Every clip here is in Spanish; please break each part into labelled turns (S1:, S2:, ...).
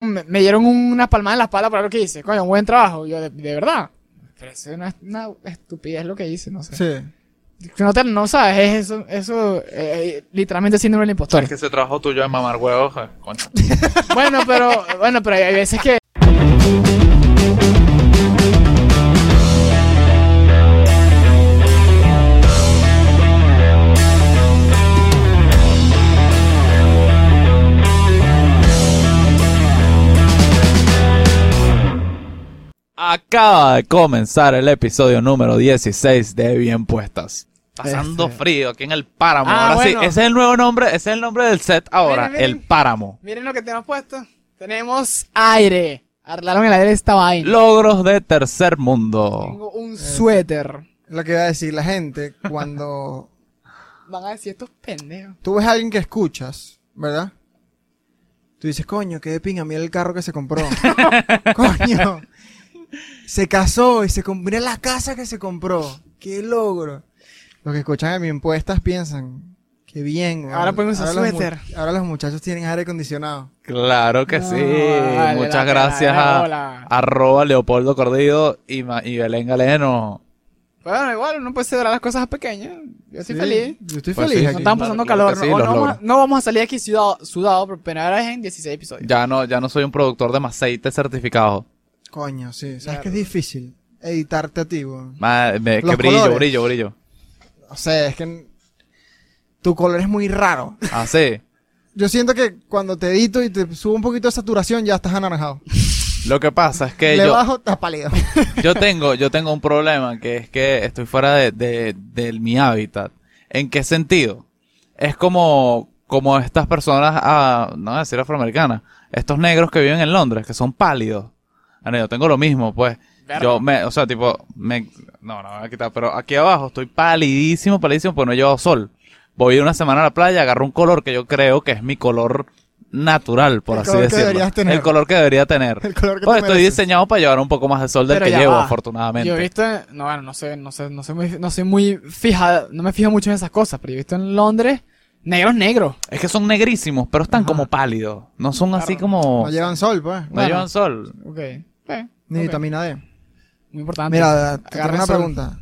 S1: me, me dieron unas palmadas en la espalda para lo que hice. Coño, un buen trabajo. Yo, de, de verdad. Pero eso es una, una estupidez lo que hice, no sé.
S2: Sí.
S1: No, te, no sabes, es eso, eso eh, literalmente es síndrome del impostor.
S3: Es que ese trabajo tuyo de mamar huevos, eh, coño.
S1: Bueno, pero, bueno, pero hay- hay veces que
S3: Acaba de comenzar el episodio número 16 de Bien Puestas. Pasando
S1: Este.
S3: frío aquí en el páramo.
S1: Ah,
S3: ahora
S1: bueno.
S3: sí, ese es el nuevo nombre, ese es el nombre del set ahora,
S1: Miren, miren.
S3: el páramo.
S1: Miren lo que tenemos puesto. Tenemos aire. Arreglaron el aire esta vaina.
S3: Logros de tercer mundo.
S1: Tengo un suéter.
S2: Lo que iba a decir la gente cuando
S1: Van a decir estos pendejos.
S2: tú ves a alguien que escuchas, ¿verdad? Tú dices, coño, qué de pinga, mira el carro que se compró. coño. Se casó y se compró. Mira la casa que se compró. Qué logro. Los que escuchan en mi impuestas piensan, qué bien. weón.
S1: Ahora pueden usar
S2: los mu-
S1: suéter.
S2: ahora los muchachos tienen aire acondicionado.
S3: Claro
S2: Ah,
S3: que sí.
S1: No, vale, la
S3: Muchas
S1: pena,
S3: gracias
S1: la
S3: a
S1: bola.
S3: arroba Leopoldo Cordido y, Ma- y Belén Galeno.
S1: Bueno, igual uno puede celebrar las cosas pequeñas. Yo estoy
S2: Sí,
S1: feliz.
S2: Yo estoy
S3: Pues
S2: feliz.
S3: sí.
S1: No
S2: aquí.
S1: estamos pasando
S3: Claro que
S1: calor.
S3: sí,
S1: no,
S3: los
S1: no vamos,
S3: logro.
S1: a- no vamos a salir aquí sudado, sudado por primera vez en 16 episodios.
S3: Ya no, ya no soy un productor de aceite certificado.
S2: Coño, sí. ¿Sabes
S1: Claro.
S2: que es difícil? Editarte a ti, weón.
S3: Ma- me-
S2: Los
S3: que brillo,
S2: colores.
S3: brillo, brillo.
S2: O sea, es que n- tu color es muy raro.
S3: Ah, sí.
S2: Yo siento que cuando te edito y te subo un poquito de saturación, ya estás anaranjado.
S3: Lo que pasa es que
S2: Le
S3: yo,
S2: bajo, estás pálido.
S3: yo tengo, yo tengo un problema que es que estoy fuera de, de- de mi hábitat. ¿En qué sentido? Es como, como estas personas, ah, no voy a decir afroamericanas, estos negros que viven en Londres, que son pálidos. Bueno, yo tengo lo mismo, pues.
S1: Verga.
S3: Yo me, o sea, tipo, me, no, no, me voy a quitar, pero aquí abajo estoy palidísimo, palidísimo, pues no he llevado sol. Voy una semana a la playa, agarro un color que yo creo que es mi color natural, por
S2: El
S3: así
S2: color que
S3: decirlo.
S2: deberías tener.
S3: El color que debería tener.
S2: El color que
S3: Pues
S2: te
S3: estoy
S2: mereces.
S3: diseñado para llevar un poco más de sol del
S1: Pero
S3: que
S1: ya
S3: llevo,
S1: va.
S3: afortunadamente.
S1: Yo he visto, no, bueno, no sé, no sé, no soy muy, no soy muy fija, no me fijo mucho en esas cosas, pero yo he visto en Londres negros negros.
S3: Es que son negrísimos, pero están
S1: Ajá.
S3: como pálidos. No son así como...
S2: No llevan sol, pues.
S3: no
S1: bueno.
S3: llevan sol.
S1: Ok. Eh,
S2: Ni
S1: ok. Ah,
S2: vitamina D.
S1: Muy importante.
S2: Mira, te tengo
S1: Agarren
S2: una
S1: sol.
S2: pregunta.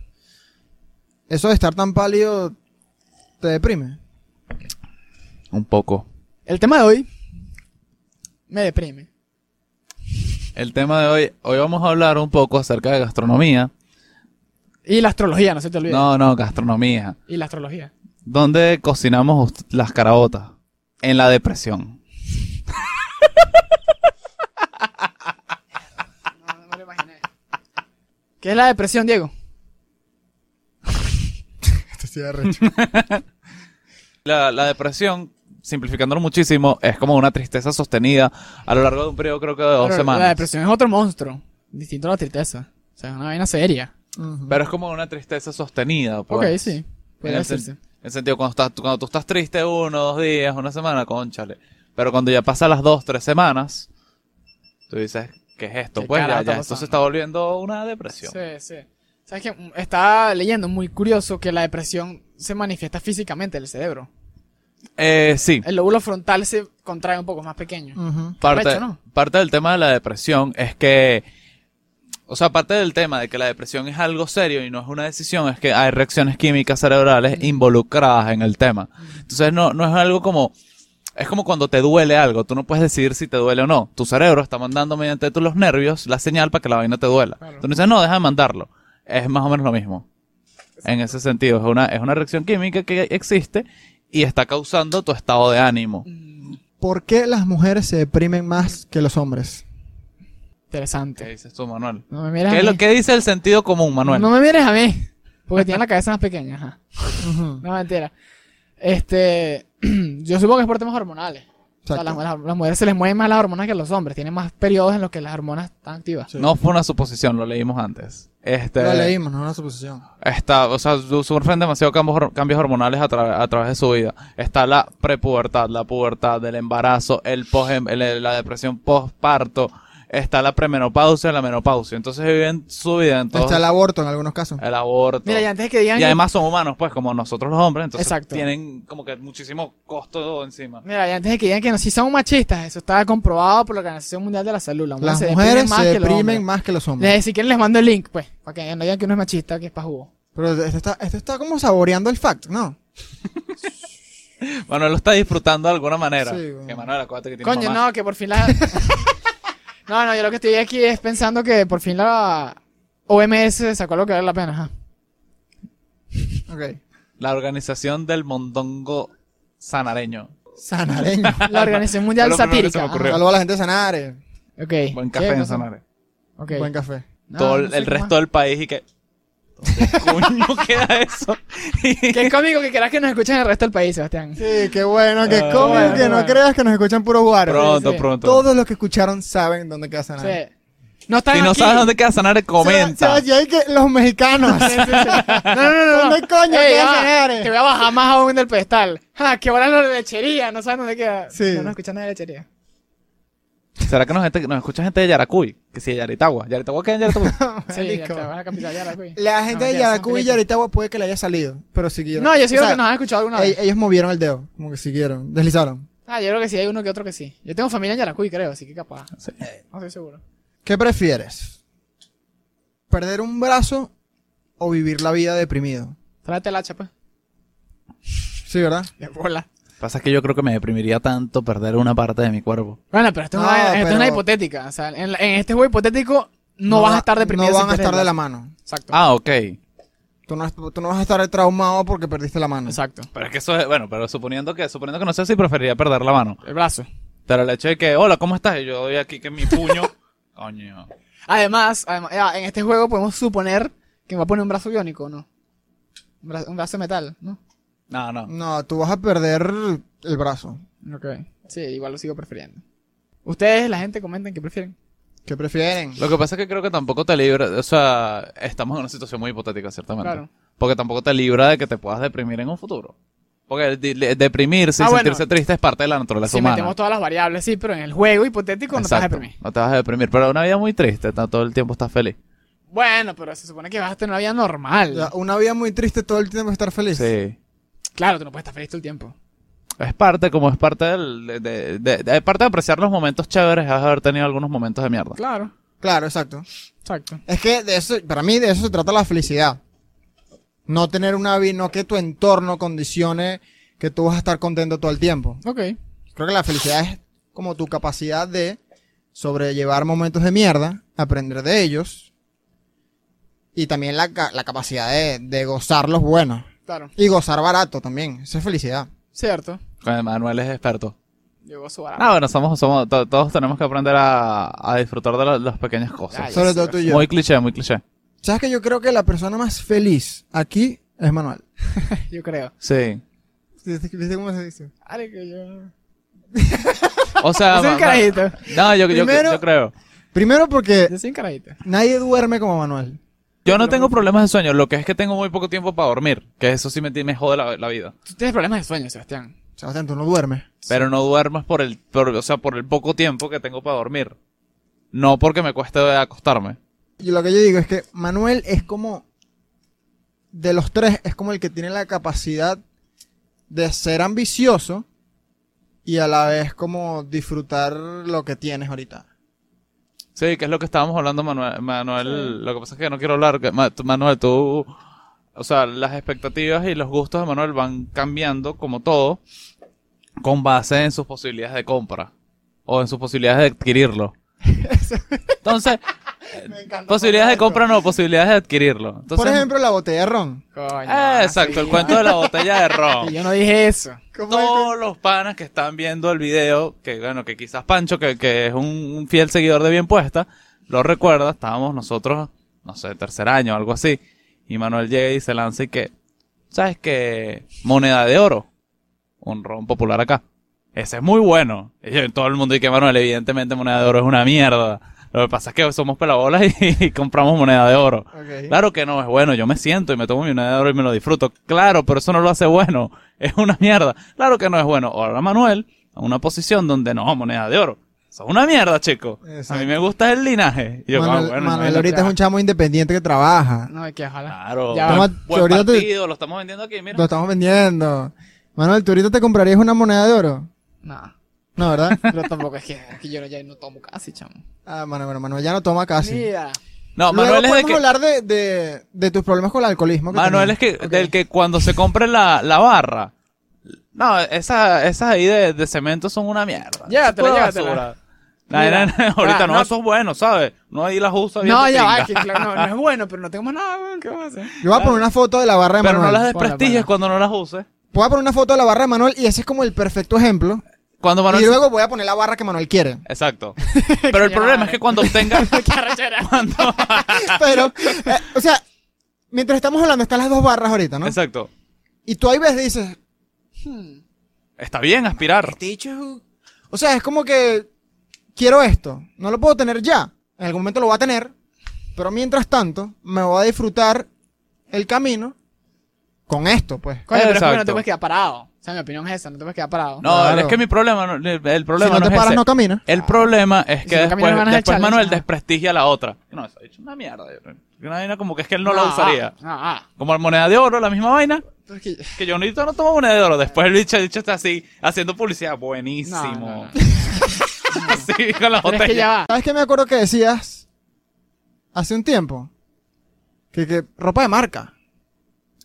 S2: ¿Eso de estar tan pálido te deprime?
S3: Un poco.
S1: El tema de hoy me deprime.
S3: El tema de hoy, hoy vamos a hablar un poco acerca de gastronomía.
S1: Y la astrología, no se te olvide.
S3: No, no, gastronomía.
S1: Y la astrología.
S3: ¿Dónde cocinamos ust- las caraotas? En la depresión.
S1: No, me lo imaginé. ¿Qué es la depresión, Diego?
S3: La, la depresión, simplificándolo muchísimo, es como una tristeza sostenida a lo largo de un periodo creo que de dos
S1: Pero La
S3: semanas.
S1: depresión es otro monstruo. Distinto a la tristeza. O sea, es una vaina seria.
S2: Ujú.
S3: Pero es como una tristeza sostenida.
S1: ok,
S3: pues.
S1: sí.
S3: En
S1: Puede
S3: el, sen-
S1: decirse.
S3: en el sentido, cuando, estás, cuando tú estás triste uno, dos días, una semana, conchale. Pero cuando ya pasan las dos, tres semanas, tú dices, ¿qué es esto?
S1: ¿Qué
S3: pues ya,
S1: carajo
S3: ya,
S1: está
S3: esto se
S1: pasando?
S3: está volviendo una depresión.
S1: Sí, sí. ¿Sabes qué? Mm, Estaba leyendo muy curioso que la depresión se manifiesta físicamente en el cerebro.
S3: Eh, sí.
S1: El lóbulo frontal se contrae un poco es más pequeño.
S3: Mm.
S2: Ujú.
S3: Parte,
S1: Arrecho, ¿no?
S3: parte del tema de la depresión es que, o sea, parte del tema de que la depresión es algo serio y no es una decisión, es que hay reacciones químicas cerebrales involucradas en el tema. Entonces no, no es algo como, es como cuando te duele algo, tú no puedes decidir si te duele o no. Tu cerebro está mandando mediante tú los nervios la señal para que la vaina te duela.
S1: Claro.
S3: Tú no dices, no, deja de mandarlo. Es más o menos lo mismo. En ese sentido, es una, es una reacción química que existe y está causando tu estado de ánimo.
S1: Mm,
S2: ¿Por qué las mujeres se deprimen más que los hombres?
S1: Interesante.
S3: ¿Qué dices tú, Manuel?
S1: No me mires
S3: ¿Qué,
S1: a
S3: es
S1: mí.
S3: lo, ¿Qué dice el sentido común, Manuel?
S1: No me mires a mí. Porque tiene la cabeza más pequeña. Ajá.
S2: Ujú.
S1: No, mentira. Este, yo supongo que es por temas hormonales. O sea, las,
S2: Exacto.
S1: las- las mujeres se les mueven más las hormonas que los hombres. Tienen más periodos en los que las hormonas están activas.
S2: Sí.
S3: No fue una suposición, lo leímos antes. Este,
S2: Lo leímos, no es una suposición.
S3: Oh. Está, o sea, su- sufren demasiados cambios, cambios hormonales a, tra- a través de su vida. Está la prepubertad, la pubertad, el embarazo, el pos- el- el- la depresión postparto, está la premenopausia, la menopausia. Entonces viven su vida en todo
S2: Está el aborto en algunos casos.
S3: el aborto.
S1: Mira, y antes de que digan.
S3: Y además son humanos, pues, como nosotros los hombres, entonces
S1: Exacto.
S3: tienen como que muchísimo costo encima.
S1: Mira, y antes de que digan que no, sí son machistas, eso está comprobado por la Organización Mundial de la Salud.
S2: Las mujeres se
S1: que los
S2: deprimen
S1: hombres.
S2: más que los hombres.
S1: Les, si quieren les mando el link, pues, para que no digan que uno es machista, que es para jugo.
S2: Pero esto está, esto está como saboreando el fact, ¿no?
S3: Manuel lo está disfrutando de alguna manera.
S2: Sí, bueno.
S3: Que Manuel, acuérdate que tiene
S1: Coño,
S3: mamá.
S1: no, que por fin la... no, no, yo lo que estoy aquí es pensando que por fin la OMS sacó lo que vale la pena. ajá.
S2: Ok.
S3: La organización del mondongo sanareño.
S2: Sanareño.
S1: La Organización Mundial
S3: Fue lo primero que se
S1: Satírica.
S3: me
S1: ajá.
S3: ocurrió.
S2: Saludos a la gente de Sanare.
S1: Ok.
S3: Buen
S1: Sí,
S3: café
S1: no
S3: en
S1: sé.
S3: Sanare.
S1: Ok.
S2: Buen café.
S1: No,
S3: Todo
S1: no
S3: el,
S1: sé
S3: el
S1: cómo
S3: resto
S1: es.
S3: del país y que... ¿Dónde coño queda eso?
S1: Qué cómico que querás que nos escuchen el resto del país, Sebastián.
S2: Sí, qué bueno, qué
S3: Ah,
S2: cómico,
S1: bueno,
S2: que no
S1: bueno.
S2: creas que nos escuchan puro guaro.
S3: pronto,
S1: sí.
S3: pronto.
S2: Todos los que escucharon saben dónde queda
S1: O
S2: Sanare.
S1: sea, no están
S3: Si no
S1: aquí.
S3: sabes dónde queda Sanare, comenta.
S2: Seba- Seba- y hay que los mexicanos.
S1: No, no, no, no.
S2: ¿Dónde coño
S1: Ey,
S2: queda
S1: ah,
S2: Sanare?
S1: Te voy a bajar más aún del pedestal. Ah, que ahora la lechería, no sabes dónde queda.
S2: Sí.
S1: No nos escuchan nada de lechería.
S3: ¿Será que nos, gente- nos escucha gente de Yaracuy? Que si de Yaritagua. ¿Yaritagua queda en Yaritagui?
S1: Sí, ya
S2: Marico.
S1: te vas a la capital ya, la cuy.
S2: Ah, La gente
S1: No,
S2: de
S1: ya, San
S2: Yaracuy y
S1: Felipe.
S2: Yaritagua puede que le haya salido, pero siguieron.
S1: No, yo
S2: O
S1: sigo
S2: sea,
S1: que nos han escuchado alguna
S2: ell-
S1: vez.
S2: Ellos movieron el dedo, como que siguieron, deslizaron.
S1: Ah, yo creo que sí, hay uno que otro que sí. Yo tengo familia en Yaracuy, creo, así que capaz.
S3: Sí.
S1: No estoy seguro.
S2: ¿Qué prefieres? ¿Perder un brazo o vivir la vida deprimido?
S1: Tráete la chapa.
S2: Sí, ¿verdad?
S1: De bola.
S3: Pasa que yo creo que me deprimiría tanto perder una parte de mi cuerpo.
S1: Bueno, pero esto, es,
S2: No,
S1: una, esto es una
S2: pero-
S1: hipotética. O sea, en, la- en este juego hipotético no, vas
S2: va-
S1: a estar deprimido.
S2: No
S1: si
S2: van a
S1: pierdes
S2: estar de
S1: el
S2: la
S1: brazo.
S2: mano.
S1: Exacto.
S3: Ah, ok.
S2: Tú no, tú no vas a estar traumado porque perdiste la mano.
S1: Exacto.
S3: Pero es que eso es, bueno, pero suponiendo que, suponiendo que no sé si preferiría perder la mano.
S1: El brazo.
S3: Pero el hecho de que, hola, ¿cómo estás? Y yo doy aquí que mi puño. Coño.
S1: Además, además ya, en este juego podemos suponer que me va a poner un brazo biónico, ¿no? Un brazo, un brazo de metal, ¿no?
S3: No, no.
S2: No, tú vas a perder el brazo.
S1: Ok. Sí, igual lo sigo prefiriendo. Ustedes, la gente, comenten que prefieren.
S2: ¿Qué prefieren?
S3: Lo que pasa es que creo que tampoco te libra, o sea, estamos en una situación muy hipotética, ciertamente.
S1: Claro.
S3: Porque tampoco te libra de que te puedas deprimir en un futuro. Porque el di- le- deprimirse y
S1: Ah, bueno.
S3: sentirse triste es parte de la naturaleza
S1: Si
S3: humana.
S1: metemos todas las variables, sí, pero en el juego hipotético no te vas a
S3: Exacto.
S1: deprimir.
S3: No te vas a deprimir, pero una vida muy triste, no todo el tiempo estás feliz.
S1: Bueno, pero se supone que vas a tener una vida normal.
S2: O sea, una vida muy triste todo el tiempo estar feliz.
S3: Sí.
S1: Claro, tú no puedes estar feliz todo el tiempo.
S3: Es parte, como es parte del, de, de- de- de- es parte de apreciar los momentos chéveres, es haber tenido algunos momentos de mierda.
S1: Claro,
S2: Claro, exacto.
S1: exacto.
S2: Es que de eso, para mí de eso se trata la felicidad. No tener una vida, no que tu entorno condicione que tú vas a estar contento todo el tiempo.
S1: Ok.
S2: Creo que la felicidad es como tu capacidad de sobrellevar momentos de mierda, aprender de ellos y también la, ca- la capacidad de, de gozar los buenos.
S1: Claro.
S2: Y gozar barato también. Eso es felicidad.
S1: Cierto.
S3: Con Manuel es experto.
S1: Yo gozo barato.
S3: Ah, bueno, somos, somos, to- todos tenemos que aprender a, a disfrutar de la- las pequeñas
S1: Ya,
S3: cosas.
S1: ya
S2: Sobre
S1: sé,
S2: todo tú y yo.
S3: Muy cliché, muy cliché.
S2: ¿Sabes que yo creo que la persona más feliz aquí es Manuel?
S1: Yo creo.
S3: Sí.
S2: ¿Viste cómo se dice?
S1: Ay, que yo...
S3: O sea,
S1: Yo soy un
S3: ma- ma-
S1: carajito.
S3: no, yo, yo,
S2: Primero-
S3: yo creo.
S2: Primero porque
S1: Yo soy un carajito.
S2: nadie duerme como Manuel.
S3: Yo no tengo problemas de sueño, lo que es que tengo muy poco tiempo para dormir, que eso sí me, me jode la, la vida.
S1: Tú tienes problemas de sueño, Sebastián.
S2: Sebastián, tú no duermes.
S3: Pero no duermo es por el, por- o sea, por el poco tiempo que tengo para dormir. No porque me cueste acostarme.
S2: Y lo que yo digo es que Manuel es como. De los tres, es como el que tiene la capacidad de ser ambicioso y a la vez como disfrutar lo que tienes ahorita.
S3: Sí, que es lo que estábamos hablando, Manuel. Manuel lo que pasa es que no quiero hablar. que- Ma- tú- Manuel, tú. O sea, las expectativas y los gustos de Manuel van cambiando, como todo, con base en sus posibilidades de compra o en sus posibilidades de adquirirlo. Entonces, posibilidades de compra no, posibilidades de adquirirlo. Entonces,
S2: Por ejemplo, la botella de ron.
S1: Coño.
S3: eh, exacto, el cuento de la botella de ron.
S1: Y yo no dije eso.
S3: Todos los panas que están viendo el video, que bueno, que quizás Pancho, que, que es un, un fiel seguidor de Bien Puesta, lo recuerda, estábamos nosotros, no sé, tercer año, algo así, y Manuel llega y se lanza y que, ¿sabes qué? Moneda de oro, un ron popular acá. Ese es muy bueno. Y yo- todo el mundo y que Manuel, evidentemente moneda de oro es una mierda. Lo que pasa es que somos pelabolas y, y compramos moneda de oro.
S2: Ok.
S3: Claro que no, es bueno, yo me siento y me tomo mi moneda de oro y me lo disfruto. Claro, pero eso no lo hace bueno, es una mierda. Claro que no es bueno. Ahora Manuel, a una posición donde no, moneda de oro. Eso es una mierda, chico. A
S2: Exacto.
S3: mí me gusta el linaje. Y yo,
S2: Manuel,
S3: ah, bueno,
S2: Manuel
S3: no,
S2: ahorita es un chamo independiente que trabaja.
S1: No, que ojalá.
S3: Claro.
S1: Ya,
S3: buen-
S2: toma-
S3: buen
S2: ahorita te-
S3: partido, lo estamos vendiendo aquí, mira.
S2: Lo estamos vendiendo. Manuel, ¿tú ahorita te comprarías una moneda de oro?
S1: No,
S2: No, ¿verdad?
S1: pero tampoco es que, es que yo no- ya no tomo casi, chamo.
S2: Ah, Manuel, bueno, Manuel ya no toma
S1: Ah,
S2: casi.
S1: Mira.
S3: No,
S2: Luego
S3: Manuel es de
S2: podemos
S3: que...
S2: hablar de, de, de tus problemas con el alcoholismo.
S3: Manuel es que,
S2: tenías. Ok.
S3: del que cuando se compre la, la barra. No, esa- esas ahí de, de cemento son una mierda.
S1: Llévatela,
S3: Eso es
S1: llévatela.
S3: basura. No,
S1: Mira.
S3: no, no, ahorita
S1: Ah,
S3: no,
S1: no.
S3: eso es bueno, ¿sabes? No ahí las usa bien.
S1: No,
S3: tu
S1: ya va,
S3: pinga.
S1: que claro, no, no es bueno, pero no tengo más nada, weón, ¿qué vamos a hacer?
S2: Yo voy a poner una foto de la barra de
S3: Pero no
S2: Manuel.
S3: las
S1: ponla,
S3: desprestigies
S1: ponla.
S3: cuando no las uses.
S2: Voy a poner una foto de la barra de Manuel y ese es como el perfecto ejemplo.
S3: Cuando Manuel.
S2: Y luego voy a poner la barra que Manuel quiere.
S3: Exacto. Pero el
S1: Qué
S3: problema es
S1: madre.
S3: que cuando obtengas.
S1: Qué arrechera.
S3: cuando-
S2: Pero, eh, o sea, mientras estamos hablando están las dos barras ahorita, ¿no?
S3: Exacto.
S2: Y tú ahí ves dices,
S1: Hmm.
S3: Está bien aspirar.
S2: este bicho es un- O sea, es como que quiero esto. No lo puedo tener ya. En algún momento lo voy a tener. Pero mientras tanto, me voy a disfrutar el camino con esto, pues.
S1: Coño, pero es que no
S3: Exacto.
S1: te puedes quedar parado. O sea, mi opinión es esa, no te puedes quedar parado.
S3: No,
S2: Claro.
S3: es que mi problema. no- El
S2: Si
S3: problema
S2: no
S3: no,
S2: te
S3: es
S2: paras,
S3: ese.
S2: no caminas.
S3: El problema es
S1: Si
S3: que
S1: no
S3: después,
S1: caminas, ganas el
S3: después
S1: challenge,
S3: Manuel
S1: ajá.
S3: desprestigia a la otra. No, eso ha dicho una mierda. Una vaina como que es que él no, la
S1: Ah,
S3: usaría.
S1: Ah, ah.
S3: Como moneda de oro, la misma vaina.
S1: Pero es que-
S3: Que yo ahorita no tomo moneda de oro. Después el bicho, el bicho está así, haciendo publicidad. Buenísimo.
S1: No, no, no.
S3: así con la
S1: Pero es que ya
S3: botella.
S1: va.
S2: ¿Sabes qué me acuerdo que decías hace un tiempo? Que, que ropa de marca.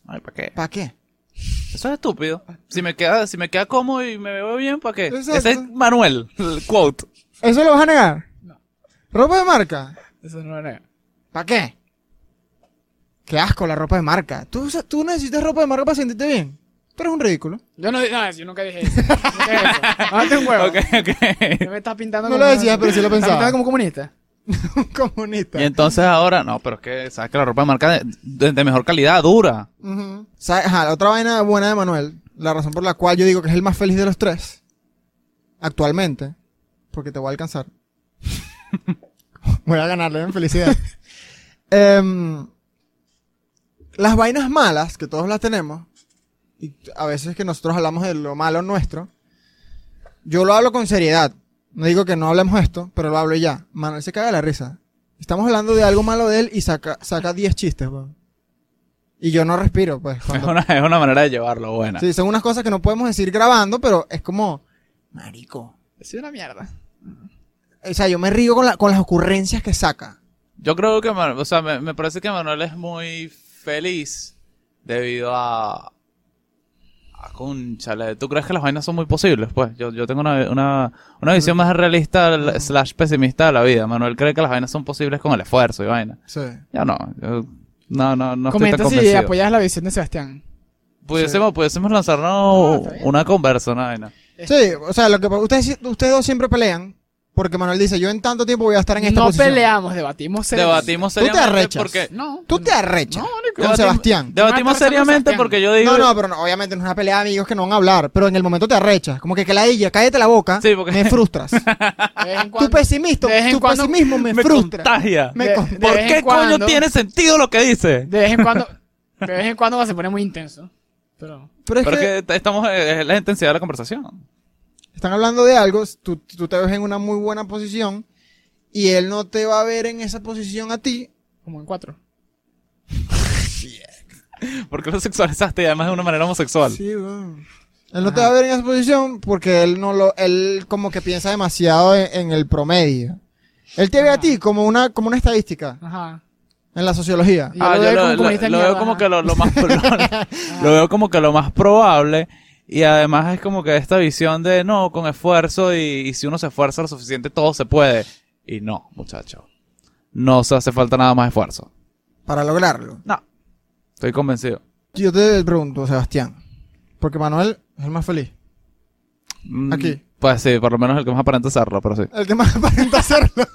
S3: Ay, ¿para qué?
S2: ¿Para qué?
S3: Eso es estúpido. Si me queda, si me queda cómodo y me veo bien, ¿para qué?
S2: Exacto.
S3: Ese es Manuel, el quote.
S2: ¿Eso lo vas a negar?
S1: No.
S2: ¿Ropa de marca?
S1: Eso no era.
S2: ¿Para qué? Qué asco la ropa de marca. ¿Tú, usas- tú necesitas ropa de marca para sentirte bien. Tú eres un ridículo.
S1: Yo no no, yo nunca dije eso. Nunca dije eso. Hágate un huevo.
S3: Ok, ok.
S1: No me estás pintando
S2: No
S1: como-
S2: lo decías, pero sí lo
S1: Me estás
S2: pensaba.
S1: pintando como comunista.
S2: un comunista.
S3: Y entonces ahora, no, pero es que, ¿sabes que la ropa de marca de, de- de mejor calidad dura?
S2: Ujú. ¿Sabes? Ajá, la otra vaina buena de Manuel, la razón por la cual yo digo que es el más feliz de los tres, actualmente, porque te voy a alcanzar. voy a ganarle en felicidad. Em, las vainas malas, que todos las tenemos, y a veces que nosotros hablamos de lo malo nuestro, yo lo hablo con seriedad. No digo que no hablemos esto, pero lo hablo y ya. Manuel se caga la risa. Estamos hablando de algo malo de él y saca saca 10 chistes, weón. Y yo no respiro, pues.
S3: Es
S2: cuando-
S3: una, es una manera de llevarlo buena.
S2: Sí, son unas cosas que no podemos decir grabando, pero es como, marico.
S1: Soy una mierda.
S2: O sea, yo me río con, la- con las ocurrencias que saca.
S3: Yo creo que, Manuel, o sea, me, me parece que Manuel es muy feliz debido a... a Cónchale, ¿tú crees que las vainas son muy posibles? Pues yo, yo tengo una, una, una visión más realista la- slash pesimista de la vida. Manuel cree que las vainas son posibles con el esfuerzo y vaina.
S2: Sí.
S3: Yo no, yo no, no, no estoy tan
S1: Comenta pues, si
S3: convencido.
S1: apoyas la visión de Sebastián.
S3: pudiésemos, pudiésemos
S1: Ah,
S3: lanzarnos
S1: está bien.
S3: una conversa, una vaina.
S2: Sí, o sea, lo que ustedes, ustedes dos siempre pelean, porque Manuel dice, yo en tanto tiempo voy a estar en esta
S1: no
S2: posición.
S1: peleamos, debatimos. seriamente.
S3: Debatimos
S2: Tú te
S3: seriamente
S2: arrechas.
S3: porque...
S1: No.
S2: Tú te arrechas
S1: No, marico,
S2: con
S3: debatim-
S2: Sebastián.
S1: Una
S3: Debatimos
S1: conversa con
S3: seriamente
S1: Sebastián.
S3: porque yo digo...
S2: No, no, pero no, obviamente no es una pelea de amigos que no van a hablar, pero en el momento te arrechas. Como que, que la ella, cállate la boca,
S3: Sí, porque-
S2: me frustras.
S1: De vez en
S2: tu
S1: cuando-
S2: pesimista,
S1: de vez en
S2: tu
S1: cuando
S2: pesimismo me,
S3: me
S2: frustra.
S3: contagia.
S2: Me
S1: de-
S2: con-
S1: de
S3: ¿Por
S1: vez en
S3: qué coño
S1: cuando-
S3: tiene sentido lo que dice?
S1: De vez en cuando. De vez en cuando se pone muy intenso. Pero.
S2: Pero es
S3: Pero
S2: que,
S3: es que t- estamos eh, es la intensidad de la conversación.
S2: están hablando de algo, tú, tú te ves en una muy buena posición y él no te va a ver en esa posición a ti.
S1: Como en cuatro.
S3: Porque lo sexualizaste y además de una manera homosexual.
S2: Sí, weón. Él no te va a ver en esa posición porque él no lo, él como que piensa demasiado en, en el promedio. Él te ve a ti como una, como una estadística
S1: Ajá.
S2: en la sociología.
S1: Yo lo veo como comunista de
S3: Ah, lo veo
S1: mierda,
S3: como
S1: ajá.
S3: que lo, lo más lo, lo veo como que lo más probable y además es como que esta visión de no con esfuerzo y, y si uno se esfuerza lo suficiente todo se puede y no muchacho no se hace falta nada más esfuerzo
S2: Para lograrlo.
S3: no estoy convencido
S2: Yo te pregunto, Sebastián. Porque Manuel es el más feliz.
S3: Mm,
S2: Aquí.
S3: pues sí por lo menos el que más aparenta serlo pero sí
S2: El que más aparenta hacerlo.